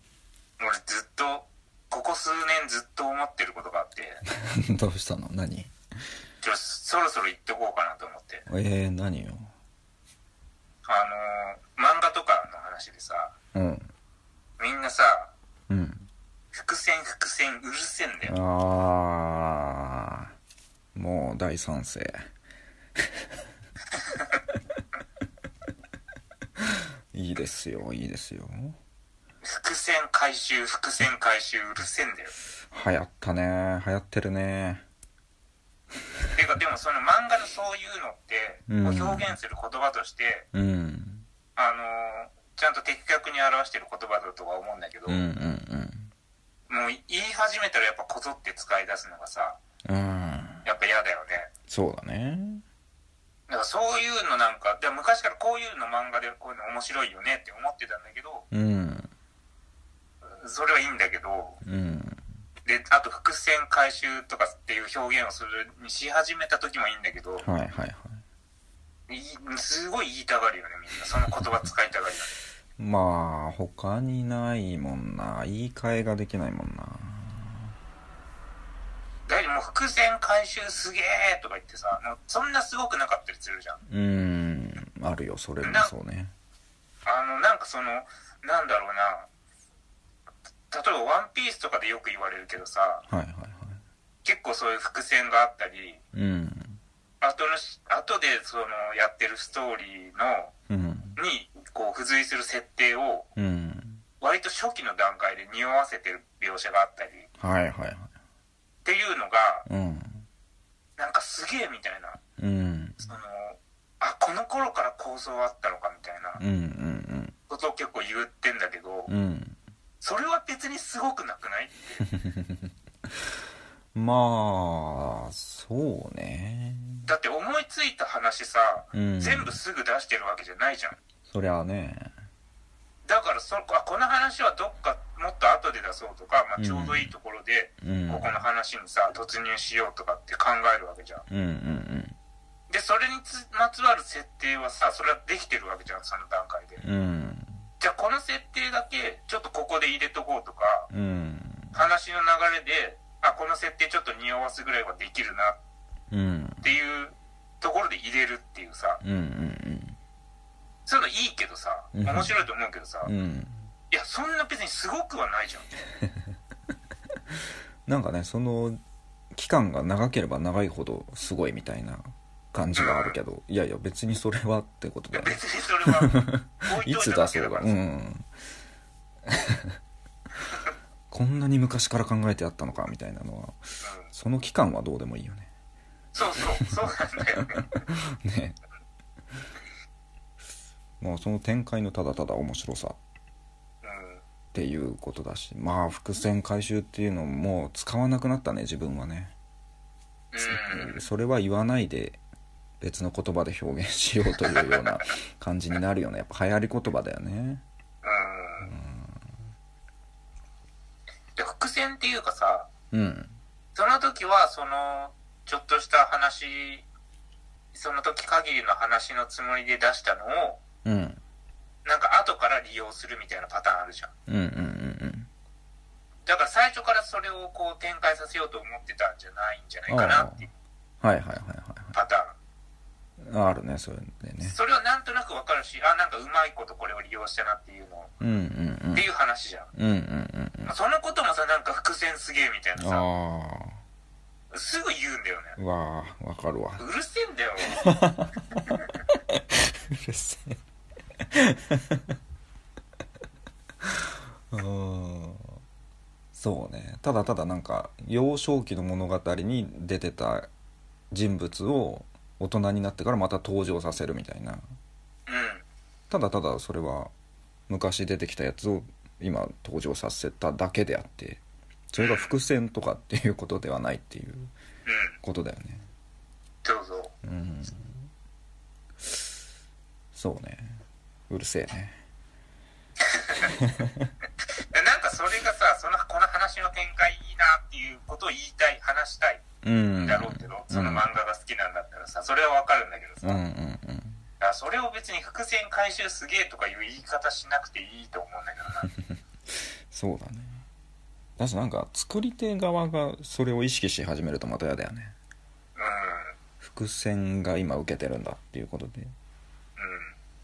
[SPEAKER 2] 俺ずっとここ数年ずっと思ってることがあって
[SPEAKER 1] どうしたの何
[SPEAKER 2] ちょそろそろ言ってこうかなと思って
[SPEAKER 1] えー、何よ
[SPEAKER 2] あの漫画とかの話でさ
[SPEAKER 1] うん
[SPEAKER 2] みんなさ
[SPEAKER 1] うん
[SPEAKER 2] 伏線伏線うるせえんだよ
[SPEAKER 1] あーもう大賛成 (laughs) いいですよいいですよ
[SPEAKER 2] 伏線回収伏線回収うるせえんだよ
[SPEAKER 1] 流行ったね流行ってるね
[SPEAKER 2] ていうかでもその漫画のそういうのって、
[SPEAKER 1] うん
[SPEAKER 2] こう表現する言葉として
[SPEAKER 1] うん
[SPEAKER 2] あのーちゃんと的確に表してる言葉だとは思うんだけど、
[SPEAKER 1] うんうんうん
[SPEAKER 2] もう言い始めたらやっぱこぞって使い出すのがさ
[SPEAKER 1] うん
[SPEAKER 2] やっぱ嫌だよね
[SPEAKER 1] そうだね
[SPEAKER 2] だからそういうのなんかでも昔からこういうの漫画でこういうの面白いよねって思ってたんだけど
[SPEAKER 1] うん
[SPEAKER 2] それはいいんだけど
[SPEAKER 1] うん
[SPEAKER 2] であと伏線回収とかっていう表現をするにし始めた時もいいんだけど
[SPEAKER 1] はいはいはい
[SPEAKER 2] いすごい言いたがるよねみんなその言葉使いたがるよね
[SPEAKER 1] まあ他にないもんな言い換えができないもんな
[SPEAKER 2] だけどもう伏線回収すげえとか言ってさもうそんなすごくなかったりするじゃん
[SPEAKER 1] うんあるよそれもそうね
[SPEAKER 2] あのなんかそのなんだろうな例えば「ワンピースとかでよく言われるけどさ
[SPEAKER 1] はいはいは
[SPEAKER 2] 結構そういう伏線があったり
[SPEAKER 1] いうん
[SPEAKER 2] 後のし後でそのやってるストーリーの
[SPEAKER 1] うん
[SPEAKER 2] にこう付随する設定を
[SPEAKER 1] うん
[SPEAKER 2] 割と初期の段階で匂わせてる描写があったりっ
[SPEAKER 1] はいはいはい
[SPEAKER 2] ていうのが
[SPEAKER 1] うん
[SPEAKER 2] なんかすげえみたいな
[SPEAKER 1] うん
[SPEAKER 2] そのあこの頃から構想あったのかみたいな
[SPEAKER 1] うんうん
[SPEAKER 2] ことを結構言ってんだけど
[SPEAKER 1] うんうん
[SPEAKER 2] それは別にすごくなくない
[SPEAKER 1] まあそうね
[SPEAKER 2] だって思いついた話さ、
[SPEAKER 1] うん
[SPEAKER 2] 全部すぐ出してるわけじゃないじゃん
[SPEAKER 1] そりゃあね
[SPEAKER 2] だからそこあこの話はどっかもっと後で出そうとか、ま
[SPEAKER 1] う
[SPEAKER 2] あ、
[SPEAKER 1] ん
[SPEAKER 2] ちょうどいいところで、
[SPEAKER 1] うん
[SPEAKER 2] ここの話にさ突入しようとかって考えるわけじゃん
[SPEAKER 1] うんうん
[SPEAKER 2] でそれにつまつわる設定はさそれはできてるわけじゃんその段階で
[SPEAKER 1] うんうん
[SPEAKER 2] じゃあこの設定だけちょっとここで入れとこうとか
[SPEAKER 1] うん
[SPEAKER 2] 話の流れであこの設定ちょっと匂わすぐらいはできるな
[SPEAKER 1] うんうん
[SPEAKER 2] っていうところで入れるっていうさ
[SPEAKER 1] うんうん
[SPEAKER 2] そういうのいいけどさ
[SPEAKER 1] うん
[SPEAKER 2] 面白いと思うけどさ、
[SPEAKER 1] うんうん
[SPEAKER 2] いやそんな別にすごくはないじゃん
[SPEAKER 1] なんかねその期間が長ければ長いほどすごいみたいな感じはあるけどいやいや別にそれはってこと
[SPEAKER 2] い
[SPEAKER 1] だ
[SPEAKER 2] や
[SPEAKER 1] よね
[SPEAKER 2] 別にそれは置
[SPEAKER 1] い
[SPEAKER 2] いと
[SPEAKER 1] つ
[SPEAKER 2] いた
[SPEAKER 1] 出
[SPEAKER 2] だけ
[SPEAKER 1] そ
[SPEAKER 2] だ
[SPEAKER 1] う
[SPEAKER 2] か
[SPEAKER 1] が
[SPEAKER 2] ら
[SPEAKER 1] う
[SPEAKER 2] さ
[SPEAKER 1] ん (laughs) こんなに昔から考えてあったのかみたいなのは
[SPEAKER 2] うん
[SPEAKER 1] その期間はどうでもいいよね (laughs)
[SPEAKER 2] そうそうそうなんだよね
[SPEAKER 1] ねもうその展開のただただ面白さ
[SPEAKER 2] うん
[SPEAKER 1] っていうことだしまあ伏線回収っていうのももう使わなくなったね自分はね、
[SPEAKER 2] うん
[SPEAKER 1] それは言わないで別の言葉で表現しようというような感じになるよねやっぱ流行り言葉だよね
[SPEAKER 2] うんで伏線っていうかさ
[SPEAKER 1] うん
[SPEAKER 2] その時はそのちょっとした話その時限りの話のつもりで出したのを
[SPEAKER 1] うん
[SPEAKER 2] なんか後から利用するみたいなパターンあるじゃん
[SPEAKER 1] うんうんうん
[SPEAKER 2] だから最初からそれをこう展開させようと思ってたんじゃないんじゃないかなっていう
[SPEAKER 1] うんはいはいはい
[SPEAKER 2] パター
[SPEAKER 1] はいあるねそれで
[SPEAKER 2] ン
[SPEAKER 1] ね
[SPEAKER 2] それはなんとなくわかるしあなんかうまいことこれを利用したなっていうのを
[SPEAKER 1] うんうん
[SPEAKER 2] っていう話じゃん
[SPEAKER 1] うんうんうんうんうん
[SPEAKER 2] そのこともさなんか伏線すげえみたいなさ
[SPEAKER 1] あ
[SPEAKER 2] すぐ言うんだよね
[SPEAKER 1] あわあわかるわ (laughs)
[SPEAKER 2] うるせえんだよ
[SPEAKER 1] うるせえうーんそうねただただなんか幼少期の物語に出てた人物を大人になってからまた登場させるみたいな
[SPEAKER 2] うん
[SPEAKER 1] ただただそれは昔出てきたやつを今登場させただけであってそれが伏線とかっていうことではないっていう
[SPEAKER 2] うん
[SPEAKER 1] ことだよね
[SPEAKER 2] どうぞ
[SPEAKER 1] うんそうねうるせえね
[SPEAKER 2] なんかそれがさそのこの話の展開いいなっていうことを言いたい話したい
[SPEAKER 1] うん
[SPEAKER 2] んだろうけど、その漫画が好きなんだったらさそれはわかるんだけどさ、
[SPEAKER 1] うんうん
[SPEAKER 2] だからそれを別に伏線回収すげえとかいう言い方しなくていいと思うんだけどな
[SPEAKER 1] そうだねだしなんか作り手側がそれを意識し始めるとまた嫌だよね
[SPEAKER 2] う
[SPEAKER 1] 伏線が今受けてるんだっていうことで
[SPEAKER 2] ん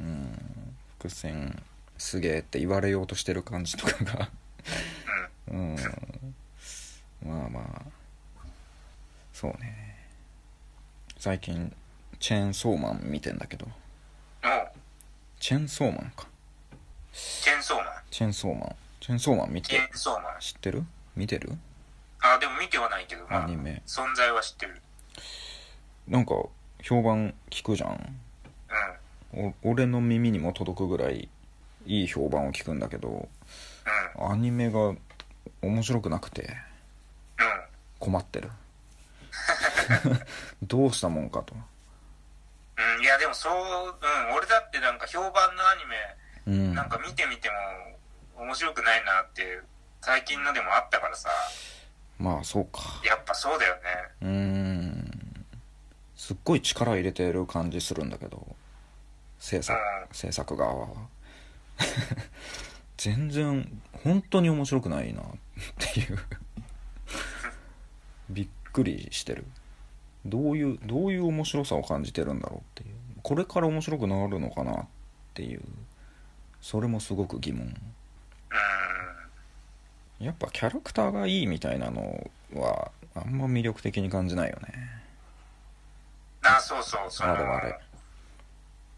[SPEAKER 2] うん
[SPEAKER 1] うん伏線すげえって言われようとしてる感じとかが
[SPEAKER 2] う
[SPEAKER 1] うんまあまあそうね最近チェーンソーマン見てんだけど
[SPEAKER 2] んおう
[SPEAKER 1] チェーンソーマンか
[SPEAKER 2] チェーンソーマン
[SPEAKER 1] チェーンソーマンチェーンソーマン見
[SPEAKER 2] チェ
[SPEAKER 1] て
[SPEAKER 2] ーンソーマン
[SPEAKER 1] 知ってる見てる
[SPEAKER 2] あでも見てはないけど、まあ、
[SPEAKER 1] アニメ
[SPEAKER 2] 存在は知ってる
[SPEAKER 1] なんか評判聞くじゃん
[SPEAKER 2] うんうん
[SPEAKER 1] お俺の耳にも届くぐらいいい評判を聞くんだけどアニメが面白くなくて
[SPEAKER 2] うん
[SPEAKER 1] 困ってる (laughs) どうしたもんかと
[SPEAKER 2] うん、いやでもそう、うん、俺だってなんか評判のアニメ
[SPEAKER 1] うん
[SPEAKER 2] なんか見てみても面白くないなって最近のでもあったからさ
[SPEAKER 1] まあそうか
[SPEAKER 2] やっぱそうだよね
[SPEAKER 1] うーんすっごい力入れてる感じするんだけど制作制作側は (laughs) 全然本当に面白くないなっていう (laughs) びっくりしてるどういうどういう面白さを感じてるんだろうっていうこれから面白くなるのかなっていうそれもすごく疑問やっぱキャラクターがいいみたいなのはあんま魅力的に感じないよね
[SPEAKER 2] うんあそうそうその
[SPEAKER 1] あれあれ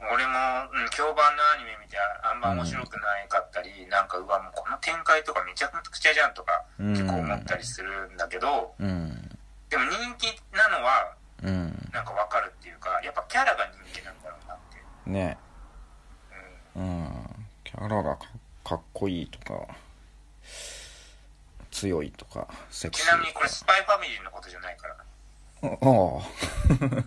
[SPEAKER 2] 俺も、うん、評判のアニメ見てあんま面白くないかったり、なんかうわもうこの展開とかめちゃくちゃじゃんとか
[SPEAKER 1] うん
[SPEAKER 2] 結構思ったりするんだけど、
[SPEAKER 1] うん
[SPEAKER 2] でも人気なのは
[SPEAKER 1] うん
[SPEAKER 2] なんかわかるっていうかやっぱキャラが人気なんだろうなって
[SPEAKER 1] ね
[SPEAKER 2] うん
[SPEAKER 1] うんキャラがかかっこいいとか強いとかセク
[SPEAKER 2] ち
[SPEAKER 1] シ
[SPEAKER 2] なみ
[SPEAKER 1] ー
[SPEAKER 2] にこれスパイファミリーのことじゃないから。
[SPEAKER 1] ああ (laughs) あ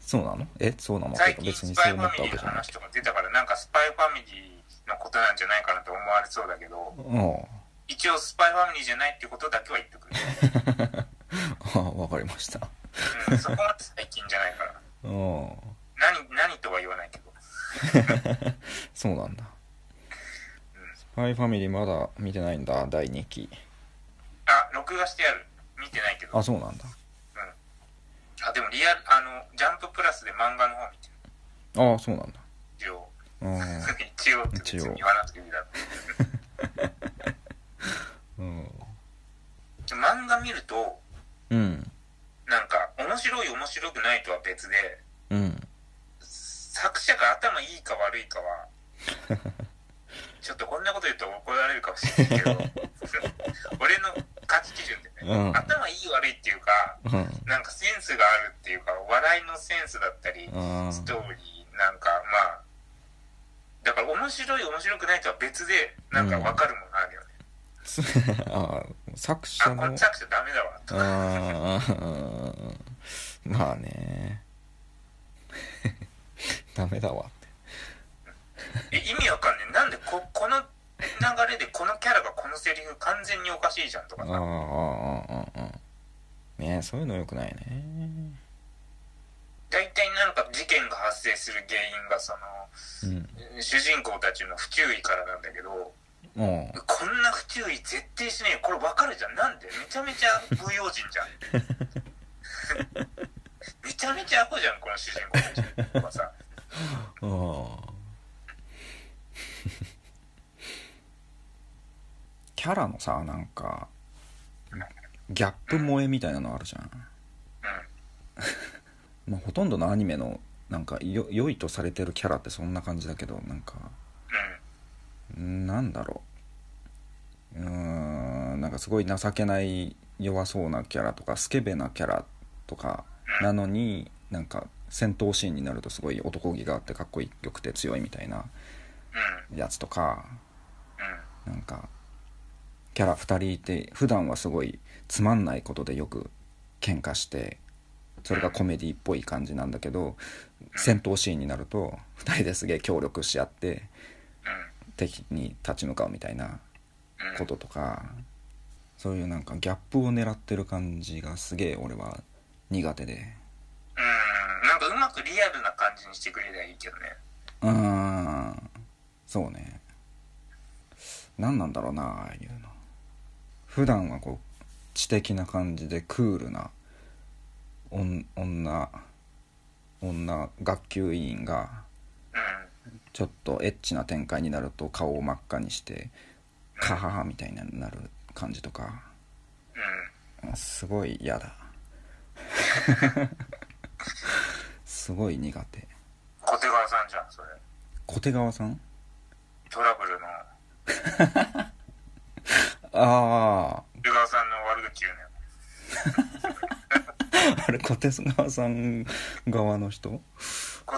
[SPEAKER 1] そうなのえそうなの
[SPEAKER 2] 最近
[SPEAKER 1] 別
[SPEAKER 2] ス
[SPEAKER 1] に
[SPEAKER 2] パ
[SPEAKER 1] そ
[SPEAKER 2] イ
[SPEAKER 1] う
[SPEAKER 2] フ
[SPEAKER 1] 思
[SPEAKER 2] ァ
[SPEAKER 1] った
[SPEAKER 2] ミ
[SPEAKER 1] わ
[SPEAKER 2] リー
[SPEAKER 1] け
[SPEAKER 2] の
[SPEAKER 1] じゃない
[SPEAKER 2] 話とか出たから、なんかスパイファミリーのことなんじゃないかなと思われそうだけど、
[SPEAKER 1] あ
[SPEAKER 2] 一応スパイファミリーじゃないってことだけは言ってく
[SPEAKER 1] あ
[SPEAKER 2] れ。
[SPEAKER 1] あ (laughs) あわかりました (laughs)
[SPEAKER 2] うん、そこは最近じゃないから。
[SPEAKER 1] うん (laughs)
[SPEAKER 2] 何、何とは言わないけど。
[SPEAKER 1] そうなんだスパイファミリーまだ見てないんだ第2期
[SPEAKER 2] あ、録画してある。見てないけど。
[SPEAKER 1] あ
[SPEAKER 2] あ、
[SPEAKER 1] そうなんだ
[SPEAKER 2] でもリアル、あの、ジャンププラスで漫画の方見てる。
[SPEAKER 1] ああそうなんだ
[SPEAKER 2] 一応。
[SPEAKER 1] うん
[SPEAKER 2] 一応って別に言わなくていいだろ
[SPEAKER 1] うん
[SPEAKER 2] う。漫画見ると、
[SPEAKER 1] うん
[SPEAKER 2] なんか、面白い面白くないとは別で、
[SPEAKER 1] うん
[SPEAKER 2] 作者が頭いいか悪いかは
[SPEAKER 1] (laughs)
[SPEAKER 2] ちょっとこんなこと言うと怒られるかもしれないけど
[SPEAKER 1] (laughs)
[SPEAKER 2] 俺の価値基準でね、
[SPEAKER 1] うん
[SPEAKER 2] 頭いい悪いっていうか
[SPEAKER 1] うん
[SPEAKER 2] なんかセンスがあるっていうか笑いのセンスだったり
[SPEAKER 1] あ
[SPEAKER 2] ストーリーなんかまあだから面白い面白くないとは別でなんか分かるものあるよね、
[SPEAKER 1] (laughs) ーあー作者
[SPEAKER 2] あこ
[SPEAKER 1] の
[SPEAKER 2] の作者ダメだわとか
[SPEAKER 1] あーまあね (laughs) ダメだわって
[SPEAKER 2] え意味わかんねえなんでここの流れでこのキャラがこのセリフ完全におかしいじゃんと
[SPEAKER 1] あ
[SPEAKER 2] か
[SPEAKER 1] ー
[SPEAKER 2] さ
[SPEAKER 1] あーあーあーねそういうのよくないね
[SPEAKER 2] 大体なんか事件が発生する原因がその
[SPEAKER 1] うん
[SPEAKER 2] 主人公たちの不注意からなんだけど
[SPEAKER 1] も
[SPEAKER 2] こんな不注意絶対しねえよこれわかるじゃんなんでめちゃめちゃ不用心じゃん (laughs) めちゃめちゃアホじゃんこの主人公たちとかさ
[SPEAKER 1] うああキャラのさなんかギャップ萌えみたいなのあるじゃん
[SPEAKER 2] う
[SPEAKER 1] (laughs) まあ、ほとんどのアニメのなんかよ良いとされてるキャラってそんな感じだけどなんか
[SPEAKER 2] んうん
[SPEAKER 1] なんだろううーんなんかすごい情けない弱そうなキャラとかスケベなキャラとかなのになんか戦闘シーンになるとすごい男気があってかっこよくて強いみたいなやつとか
[SPEAKER 2] うんう
[SPEAKER 1] な
[SPEAKER 2] ん
[SPEAKER 1] んかキャラ2人いて普段はすごいつまんないことでよく喧嘩してそれがコメディっぽい感じなんだけど戦闘シーンになると2人ですげえ協力し合って敵に立ち向かうみたいな
[SPEAKER 2] うんうん
[SPEAKER 1] こととかそういうなんかギャップを狙ってる感じがすげえ俺は苦手で
[SPEAKER 2] うんなんかうまくリアルな感じにしてくれりゃいいけどね
[SPEAKER 1] うーんそうね何なんだろうなああいうの普段はこう知的な感じでクールなおん女女学級委員が
[SPEAKER 2] うん
[SPEAKER 1] ちょっとエッチな展開になると顔を真っ赤にしてカハハみたいになる感じとか
[SPEAKER 2] うん
[SPEAKER 1] すごい嫌だすごい苦手
[SPEAKER 2] 小手川さんじゃんそれ
[SPEAKER 1] 小手川さん
[SPEAKER 2] トラブルの
[SPEAKER 1] あ
[SPEAKER 2] 小手川さんの悪口言うね
[SPEAKER 1] ああれ小手川さん側の人
[SPEAKER 2] 小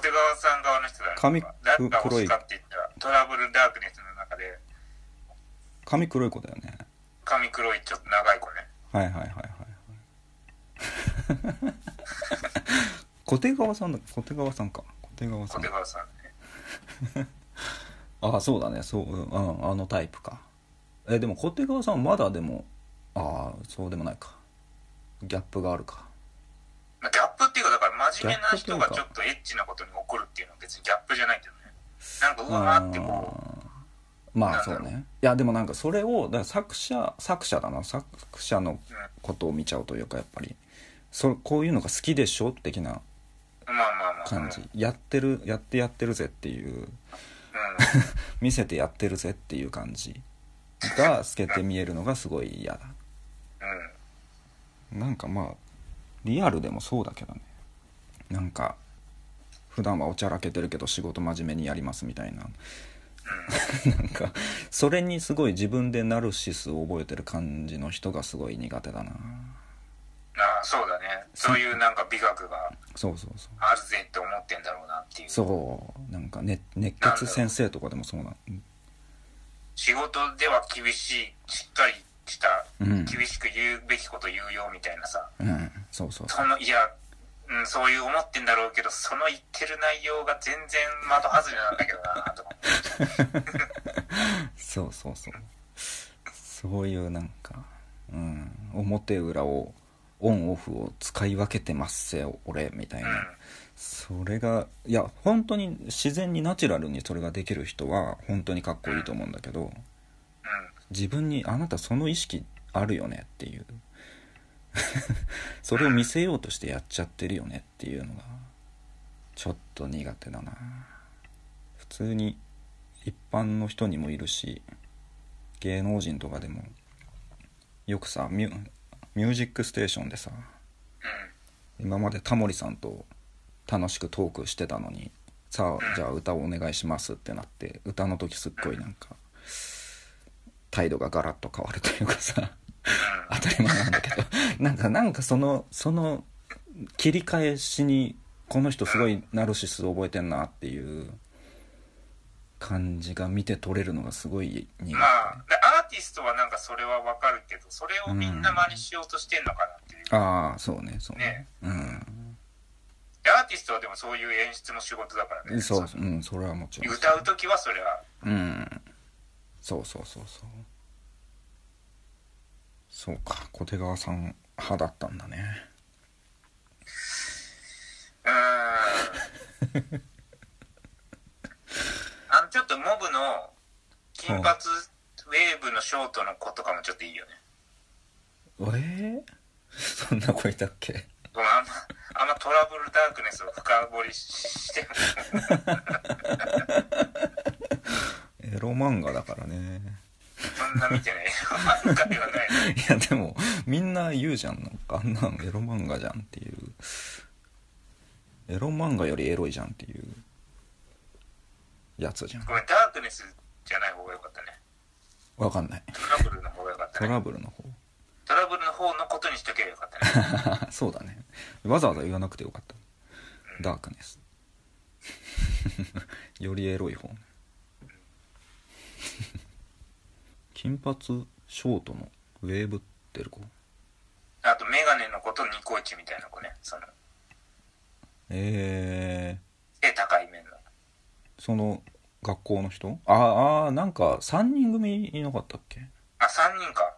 [SPEAKER 2] 手川さん側の人だね
[SPEAKER 1] 髪
[SPEAKER 2] 誰が欲しかって言ったらトラブルダークネスの中で
[SPEAKER 1] 髪黒い子だよね
[SPEAKER 2] 髪黒いちょっと長い子ね
[SPEAKER 1] はいはいはいはいはい小手川さんだ小手川さんか小手川さ
[SPEAKER 2] 小
[SPEAKER 1] ん
[SPEAKER 2] 手川さんね
[SPEAKER 1] ああそうだねそう、うんうん、あのタイプかえでも小手川さんはまだでもああそうでもないかギャップがあるか
[SPEAKER 2] まあギャップっていうかだから真面目な人がちょっとエッチなことに怒るっていうのは別にギャップじゃないけどねなんかうわーってこ
[SPEAKER 1] うんまあそうねいやでもなんかそれをだから作者作者だな作者の
[SPEAKER 2] う、うん、
[SPEAKER 1] ことを見ちゃうというかやっぱりそこういうのが好きでしょ的な
[SPEAKER 2] まあまあまあ
[SPEAKER 1] 感じやってるやってやってるぜっていう
[SPEAKER 2] うん、
[SPEAKER 1] 見せてやってるぜっていう感じが透けて見えるのがすごい嫌だ
[SPEAKER 2] うんうん
[SPEAKER 1] なんかまあリアルでもそうだけどねなんか普段はおちゃらけてるけど仕事真面目にやりますみたいな (laughs) なんかそれにすごい自分でナルシスを覚えてる感じの人がすごい苦手だな
[SPEAKER 2] ああそうだねそういうなんか美学が
[SPEAKER 1] そうそうそう
[SPEAKER 2] あるぜって思ってんだろうなっていう
[SPEAKER 1] そうなんか、ね、熱血先生とかでもそうなの
[SPEAKER 2] 仕事では厳しいしっかりした
[SPEAKER 1] うん
[SPEAKER 2] 厳しく言うべきこと言うよみたいなさ
[SPEAKER 1] うんそうそうそ
[SPEAKER 2] そのいや、うん、そういう思ってんだろうけどその言ってる内容が全然的外れなんだけどなと思って
[SPEAKER 1] うそうそうそうそういうなんか、うん、表裏をオンオフを使い分けてますせ俺みたいな、それがいや本当に自然にナチュラルにそれができる人は本当にかっこいいと思うんだけど自分に「あなたその意識あるよね」っていう (laughs) それを見せようとしてやっちゃってるよねっていうのがちょっと苦手だな普通に一般の人にもいるし芸能人とかでもよくさミュ「ミュージックステーション」でさ今までタモリさんと楽しくトークしてたのにさあじゃあ歌をお願いしますってなって歌の時すっごいなんか態度がガラッと変わるというかさ (laughs) 当たり前なんだけど (laughs) なんかなんかそのその切り返しにこの人すごいナルシス覚えてんなっていう感じが見て取れるのがすごい苦手
[SPEAKER 2] うんまあでアーティストはなんかそれはわかるけどそれをみんな真似しようとしてんのかなっていう、
[SPEAKER 1] ああそうねそうね
[SPEAKER 2] ね
[SPEAKER 1] うん
[SPEAKER 2] でアーティストはでもそういう演出の仕事だからね
[SPEAKER 1] そううんそれはもちろん
[SPEAKER 2] 歌う時はそれは
[SPEAKER 1] うんそうそうそうそうそうか小手川さん派だったんだね (laughs)
[SPEAKER 2] うーんあのちょっとモブの金髪ウェーブのショートの子とかもちょっといいよね。
[SPEAKER 1] えー、そんな子いたっけ
[SPEAKER 2] ごめんあんま、あんまトラブルダークネスを深掘りしても、
[SPEAKER 1] エロ漫画だからね
[SPEAKER 2] そんな見てない。漫画ではな
[SPEAKER 1] い
[SPEAKER 2] い。
[SPEAKER 1] やでもみんな言うじゃんなんかあんなんエロ漫画じゃんっていうエロ漫画よりエロいじゃんっていうやつじゃん
[SPEAKER 2] ごめん、ダークネスじゃない方がよかったね。
[SPEAKER 1] わかんない
[SPEAKER 2] トラブルの方がよかった
[SPEAKER 1] ト (laughs)
[SPEAKER 2] ね。
[SPEAKER 1] ラブルの方
[SPEAKER 2] トラブルの方のことにしとけばよかった
[SPEAKER 1] (laughs)
[SPEAKER 2] ね。
[SPEAKER 1] そうだねわざわざ言わなくてよかったダークネス (laughs) よりエロい方 (laughs) 金髪ショートのウェーブってる子
[SPEAKER 2] あと、メガネのことニコイチみたいな子ね。その、
[SPEAKER 1] え
[SPEAKER 2] 背高い面の。
[SPEAKER 1] ー、その学校の人ああなんか3人組いなかったっけ
[SPEAKER 2] あ、3人か。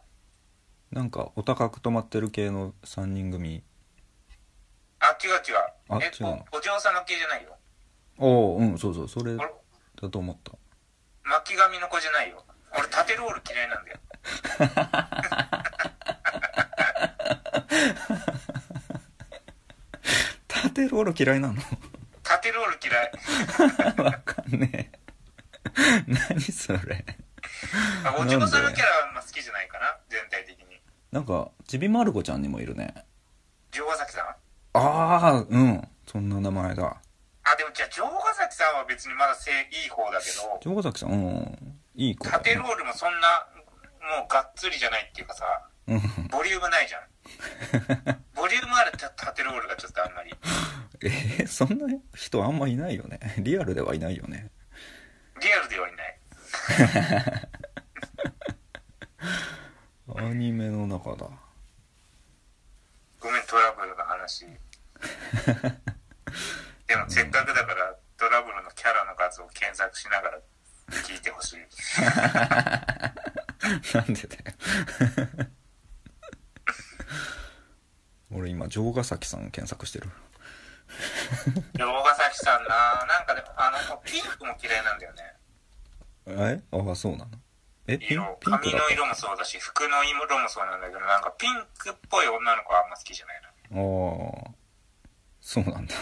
[SPEAKER 1] なんかお高く泊まってる系の3人組
[SPEAKER 2] あ、違う違う。
[SPEAKER 1] あ
[SPEAKER 2] え
[SPEAKER 1] 違うの
[SPEAKER 2] お、お嬢様系じゃないよ。
[SPEAKER 1] おおうんそうそうそれ
[SPEAKER 2] 俺
[SPEAKER 1] だ、と思った
[SPEAKER 2] 巻き髪の子じゃないよ。俺、縦ロール嫌いなんだよ。
[SPEAKER 1] 縦ロール嫌いなの (laughs)
[SPEAKER 2] 縦ロール嫌い。
[SPEAKER 1] わかんねえ (laughs) 何それ
[SPEAKER 2] あお嬢様キャラはあんま好きじゃないかな、全体的に。
[SPEAKER 1] なんかちびまる子ちゃんにもいるね
[SPEAKER 2] 城ヶ崎さんあ、
[SPEAKER 1] ああうんそんな名前だ
[SPEAKER 2] でもじゃあ城ヶ崎さんは別にまだせいい方だけど、
[SPEAKER 1] 城ヶ崎さんうんいい子だ
[SPEAKER 2] 縦ロ
[SPEAKER 1] ね
[SPEAKER 2] ールもそんな、もうがっつりじゃないっていうかさ、
[SPEAKER 1] うん (laughs)
[SPEAKER 2] ボリュームないじゃん。ボリュームあるた縦ロールがちょっとあんまり。
[SPEAKER 1] えー、そんな人あんまいないよね (laughs) リアルではいないよね
[SPEAKER 2] リアルではいない。
[SPEAKER 1] アニメの中だ (laughs)
[SPEAKER 2] ごめん、トラブルの話。でもせっかくだから、トラブルのキャラの数を検索しながら聞いてほしい。
[SPEAKER 1] なんでだよ (laughs) 俺今城ヶ崎さん検索してる
[SPEAKER 2] 城ヶ崎さんな、なんかでも、あの、ピンクも嫌いなんだよね。
[SPEAKER 1] えああそうなのえピン
[SPEAKER 2] 色
[SPEAKER 1] ピンク
[SPEAKER 2] 髪
[SPEAKER 1] だっ
[SPEAKER 2] の色もそうだし服の色もそうなんだけどなんかピンクっぽい女の子はあんま好きじゃない
[SPEAKER 1] た
[SPEAKER 2] な
[SPEAKER 1] ああそうなんだ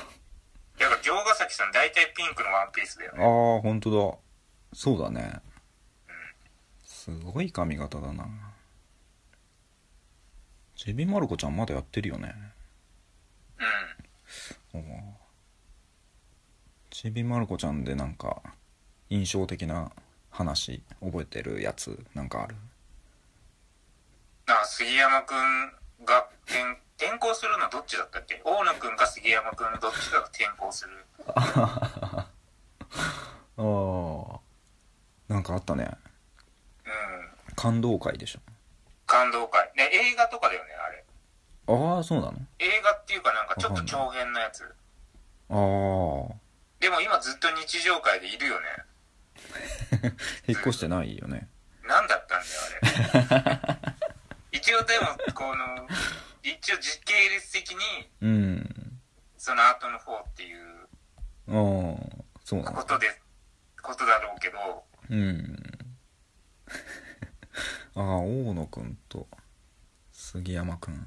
[SPEAKER 2] だから城ヶ崎さん大体ピンクのワンピースだよ
[SPEAKER 1] ああ
[SPEAKER 2] ね
[SPEAKER 1] 本当だそうだねすごい髪型だなちびまる子ちゃんまだやってるよね
[SPEAKER 2] うん
[SPEAKER 1] おーちびまる子ちゃんでなんか印象的な話覚えてるやつなんかある
[SPEAKER 2] なんか杉山くんが転転校するのどっちだったっけ大野くんか杉山くんどっちかが転校する
[SPEAKER 1] ああなんかあったね
[SPEAKER 2] うん
[SPEAKER 1] 感動会でしょ
[SPEAKER 2] 感動会。ね、映画とかだよね、あれ。
[SPEAKER 1] ああそうな
[SPEAKER 2] 映画っていうかなんかちょっと長編のやつ。
[SPEAKER 1] のああ
[SPEAKER 2] でも今ずっと日常会でいるよね。
[SPEAKER 1] 引っ越してないよね
[SPEAKER 2] 何だったんだよ、あれ。一応でも、この、一応時系列的に、
[SPEAKER 1] うん
[SPEAKER 2] その後の方っていう
[SPEAKER 1] ああそうな
[SPEAKER 2] こ
[SPEAKER 1] の
[SPEAKER 2] とで、ことだろうけど、
[SPEAKER 1] うんああ大野くんと杉山くん
[SPEAKER 2] まあ、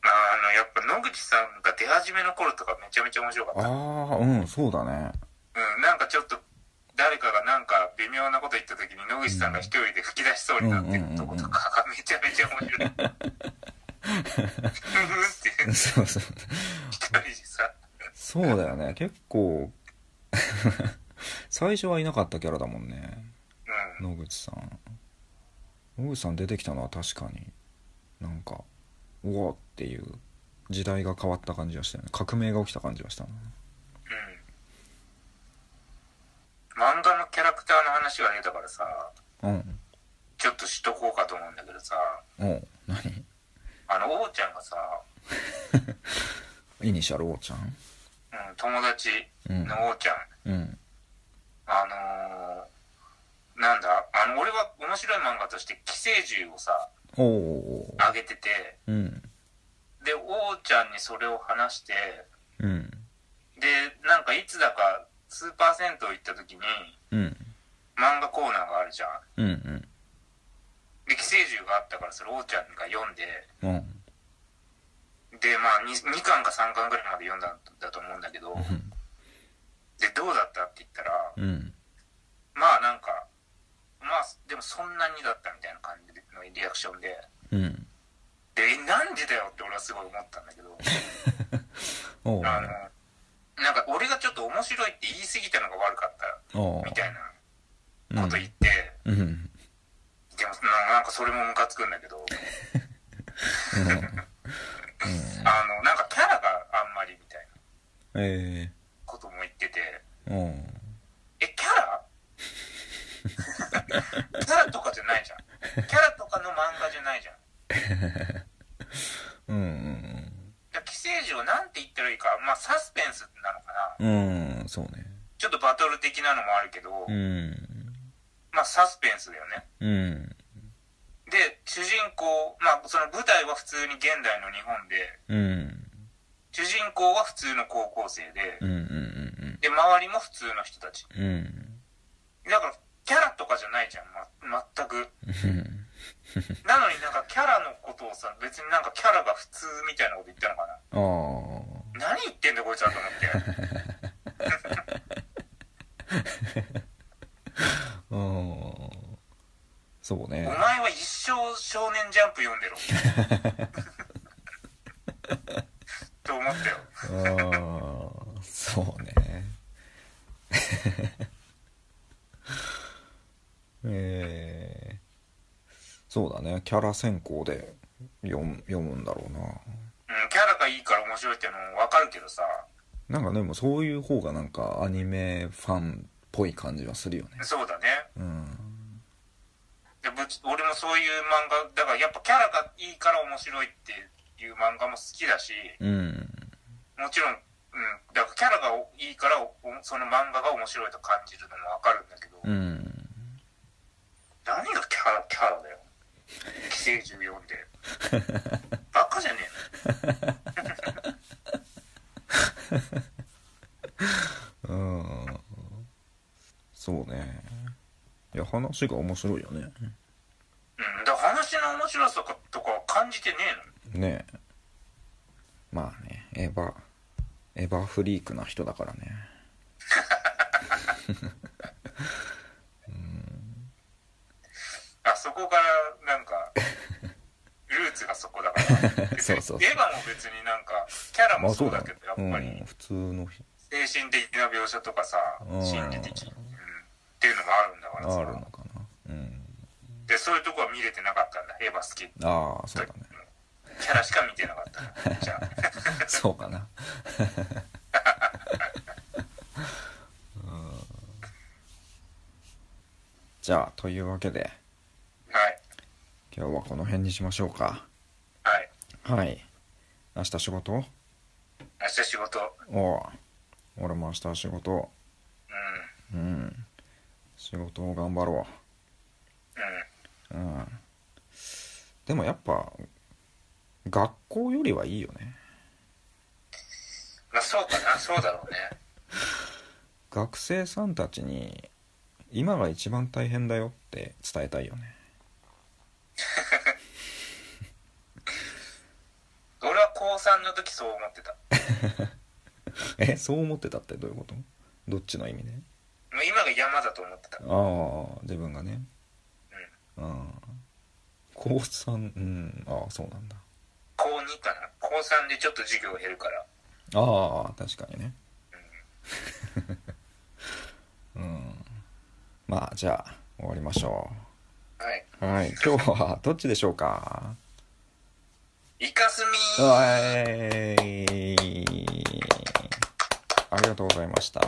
[SPEAKER 2] あの、やっぱ野口さんが出始めの頃とかめちゃめちゃ面白かった。
[SPEAKER 1] ああうんそうだね (laughs)
[SPEAKER 2] うん、なんかちょっと、誰かがなんか微妙なこと言った時に野口さんが一人で吹き出しそうになってるとことかがめちゃめちゃ面白い。ふふって
[SPEAKER 1] そうそう
[SPEAKER 2] 一人でさ、
[SPEAKER 1] そうだよね結構 (laughs) 最初はいなかったキャラだもんね
[SPEAKER 2] うん。
[SPEAKER 1] 野口さん野口さん出てきたのは確かになんかうおーっていう時代が変わった感じがしたよね革命が起きた感じがしたな
[SPEAKER 2] うん漫画のキャラクターの話が出たからさ、
[SPEAKER 1] うん
[SPEAKER 2] ちょっとしとこうかと思うんだけどさ、
[SPEAKER 1] おう何
[SPEAKER 2] あの、王ちゃんがさ、
[SPEAKER 1] イニシャルおうちゃん
[SPEAKER 2] うん、友達の王ちゃん、
[SPEAKER 1] うん
[SPEAKER 2] あのーなんだ、あの、俺は面白い漫画として、寄生獣をさ、
[SPEAKER 1] おお
[SPEAKER 2] あげてて、
[SPEAKER 1] うん
[SPEAKER 2] で、王ちゃんにそれを話して、
[SPEAKER 1] うん
[SPEAKER 2] で、なんかいつだか、スーパー銭湯行った時に、
[SPEAKER 1] うん
[SPEAKER 2] 漫画コーナーがあるじゃ
[SPEAKER 1] う
[SPEAKER 2] ん。
[SPEAKER 1] んうん
[SPEAKER 2] で、寄生獣があったから、それ王ちゃんが読んで、
[SPEAKER 1] うん
[SPEAKER 2] で、まあ2、2巻か3巻ぐらいまで読んだんだと思うんだけど、で、どうだったって言ったら、
[SPEAKER 1] うん
[SPEAKER 2] まあなんか、まあ、でもそんなにだったみたいな感じのリアクションで、
[SPEAKER 1] うん
[SPEAKER 2] で、えなんでだよって俺はすごい思ったんだけ (laughs) ど、
[SPEAKER 1] おう
[SPEAKER 2] あの、なんか俺がちょっと面白いって言い過ぎたのが悪かった
[SPEAKER 1] おう
[SPEAKER 2] みたい
[SPEAKER 1] うん
[SPEAKER 2] なこと言って、
[SPEAKER 1] うんうん
[SPEAKER 2] でもななんかそれもムカつくんだけど、あの、なんかキャラがあんまりみたいな
[SPEAKER 1] え
[SPEAKER 2] ことも言ってて、
[SPEAKER 1] えおう
[SPEAKER 2] え、キャラ (laughs) キャラとかじゃないじゃん。キャラとかの漫画じゃないじゃん。
[SPEAKER 1] うんうん
[SPEAKER 2] だから寄生獣をなんて言ったらいいか、まあサスペンスなのかな。
[SPEAKER 1] うんうんそうね
[SPEAKER 2] ちょっとバトル的なのもあるけど、
[SPEAKER 1] うん
[SPEAKER 2] まあサスペンスだよね。
[SPEAKER 1] うん
[SPEAKER 2] で、主人公、まあその舞台は普通に現代の日本で、
[SPEAKER 1] うん
[SPEAKER 2] 主人公は普通の高校生で、
[SPEAKER 1] うんうんうん
[SPEAKER 2] で、周りも普通の人たち。
[SPEAKER 1] うんうん
[SPEAKER 2] だから、キャラとかじゃないじゃん、ま、全く。
[SPEAKER 1] うん
[SPEAKER 2] なのになんかキャラのことをさ、別になんかキャラが普通みたいなこと言ったのか
[SPEAKER 1] ああ
[SPEAKER 2] な。何言ってんだこいつはと思って。
[SPEAKER 1] うんそうね
[SPEAKER 2] お前は一生少年ジャンプ読んでろ。と思ったよ。
[SPEAKER 1] ああそうねええそうだねキャラ選考で読む読むんだろう
[SPEAKER 2] うん、キャラがいいから面白いっていうのもわかるけどさ、
[SPEAKER 1] ななんかでもそういう方がなんかアニメファンっぽい感じはするよね
[SPEAKER 2] そうだね。
[SPEAKER 1] うん
[SPEAKER 2] でぶち俺もそういう漫画、だからやっぱキャラがいいから面白いっていう漫画も好きだし、
[SPEAKER 1] うん
[SPEAKER 2] もちろん、うん、だからキャラがいいからおその漫画が面白いと感じるのもわかるんだけど、
[SPEAKER 1] うん
[SPEAKER 2] 何がキャラキャラだよ寄生獣読んでバカじゃね
[SPEAKER 1] うんそうねいや話が面白いよね
[SPEAKER 2] えの、うん、だから話の面白さとかは感じてね
[SPEAKER 1] ねえまあねエヴァエヴァフリークな人だからね
[SPEAKER 2] えのあそこから
[SPEAKER 1] (laughs)
[SPEAKER 2] なんかルーツがそこだから別に
[SPEAKER 1] そうそうそう
[SPEAKER 2] エヴァも別になんかキャラもそうだけどやっ
[SPEAKER 1] う
[SPEAKER 2] ぱ
[SPEAKER 1] ん
[SPEAKER 2] り
[SPEAKER 1] 普通の人
[SPEAKER 2] 精神的な描写とかさ、
[SPEAKER 1] うん
[SPEAKER 2] 心理的、うん、っていうのがあるんだか
[SPEAKER 1] あ
[SPEAKER 2] らさ
[SPEAKER 1] るのかなうん
[SPEAKER 2] でそういうとこは見れてなかったんだエヴァ好き
[SPEAKER 1] ああそう
[SPEAKER 2] (laughs)
[SPEAKER 1] だね
[SPEAKER 2] キャラしか見てなかったなじゃ
[SPEAKER 1] (laughs)
[SPEAKER 2] あ
[SPEAKER 1] そうかなうんじゃあというわけで
[SPEAKER 2] はい
[SPEAKER 1] 今日はこの辺にしましょうか
[SPEAKER 2] はい。
[SPEAKER 1] はい明日仕事
[SPEAKER 2] 明日仕事。
[SPEAKER 1] おう俺も明日仕事
[SPEAKER 2] う
[SPEAKER 1] うん仕事を頑張ろ
[SPEAKER 2] ん。
[SPEAKER 1] うう
[SPEAKER 2] うん。
[SPEAKER 1] んでもやっぱ学校よりはいいよね
[SPEAKER 2] まあそうかな。そうだろうね。
[SPEAKER 1] 学生さんたちに今が一番大変だよって伝えたいよね (laughs)
[SPEAKER 2] 俺は高3の時そう思ってた。
[SPEAKER 1] えそう思ってたってどういうことどっちの意味で
[SPEAKER 2] もう今が山だと思ってた。
[SPEAKER 1] ああ自分がねうん高3うんああそうなんだ
[SPEAKER 2] 高2かな。高3でちょっと授業減るから。
[SPEAKER 1] ああ確かにね (laughs) うんまあじゃあ終わりましょ
[SPEAKER 2] はい。
[SPEAKER 1] うはい今日はどっちでしょうか
[SPEAKER 2] イカスミ
[SPEAKER 1] わーいありがとうございました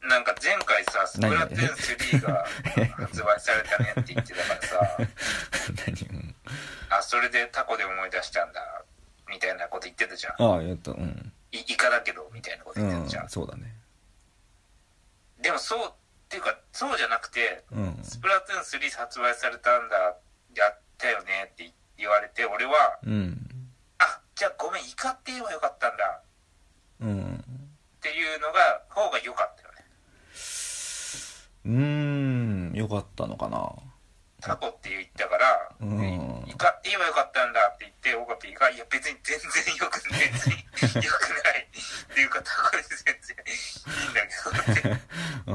[SPEAKER 2] なんか前回さ、スプラトゥーン3が発売されたねって言ってたからさ、 (laughs)
[SPEAKER 1] 何うん
[SPEAKER 2] あ、それでタコで思い出したんだ、みたいなこと言ってたじゃん。
[SPEAKER 1] ああえっとうん
[SPEAKER 2] いイカだけど、みたいなこと
[SPEAKER 1] う
[SPEAKER 2] 言って
[SPEAKER 1] ん
[SPEAKER 2] たじゃん。
[SPEAKER 1] そうだね
[SPEAKER 2] でもそう、っていうか、そうじゃなくて、
[SPEAKER 1] うん
[SPEAKER 2] スプラトゥーン3発売されたんだ、やったよねって言われて、俺は、
[SPEAKER 1] うん
[SPEAKER 2] あ、じゃあごめん、イカって言えばよかったんだ、
[SPEAKER 1] うん
[SPEAKER 2] っていうのが、方が良かったよね。
[SPEAKER 1] うーんよかったのかな
[SPEAKER 2] タコって言ったから、
[SPEAKER 1] うん
[SPEAKER 2] イカって言えばよかったんだって言って、オカピが、いや別に全然よくない、全然よくない。っていうか、タコで全然いいんだけどって、
[SPEAKER 1] あ
[SPEAKER 2] そ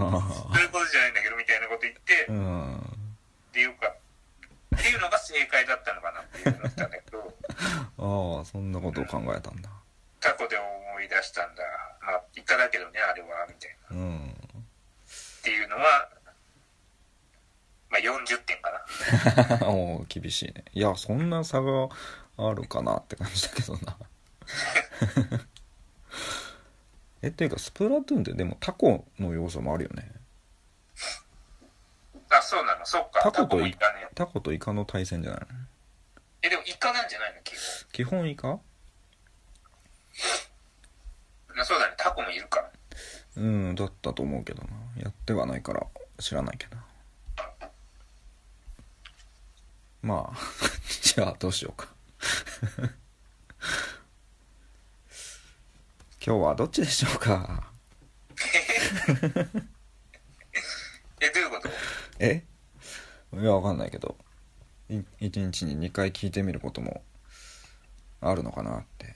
[SPEAKER 2] ういうことじゃないんだけどみたいなこと言って
[SPEAKER 1] あう、ん
[SPEAKER 2] っていうか、っていうのが正解だったのかなっていうのだったんだけど、
[SPEAKER 1] ああそんなことを考えたんだ
[SPEAKER 2] タコで思い出したんだ。まあ、イカだけどね、あれは、みたいな。
[SPEAKER 1] うん
[SPEAKER 2] っていうのは、まあ40点かな。
[SPEAKER 1] (laughs) おー厳しいねいやそんな差があるかなって感じだけどな (laughs) えっていうかスプラトゥーンってでもタコの要素もあるよね
[SPEAKER 2] あ、そうなの、そっか。
[SPEAKER 1] タ
[SPEAKER 2] タ
[SPEAKER 1] コ
[SPEAKER 2] コ
[SPEAKER 1] と
[SPEAKER 2] も
[SPEAKER 1] イ
[SPEAKER 2] イカね。
[SPEAKER 1] タコとイカの対戦じゃないの
[SPEAKER 2] え、でもイカなんじゃないの、基本。
[SPEAKER 1] 基本イカ
[SPEAKER 2] まあそうだね、タコもいるから。
[SPEAKER 1] うんだったと思うけどなやってはないから知らないけどまあ (laughs) じゃあどうしようか (laughs) 今日はどっちでしょうか
[SPEAKER 2] え、どういうこと
[SPEAKER 1] えいやわかんないけどい一日に2回聞いてみることもあるのかなって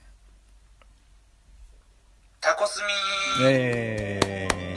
[SPEAKER 2] タコスミー
[SPEAKER 1] イエーイ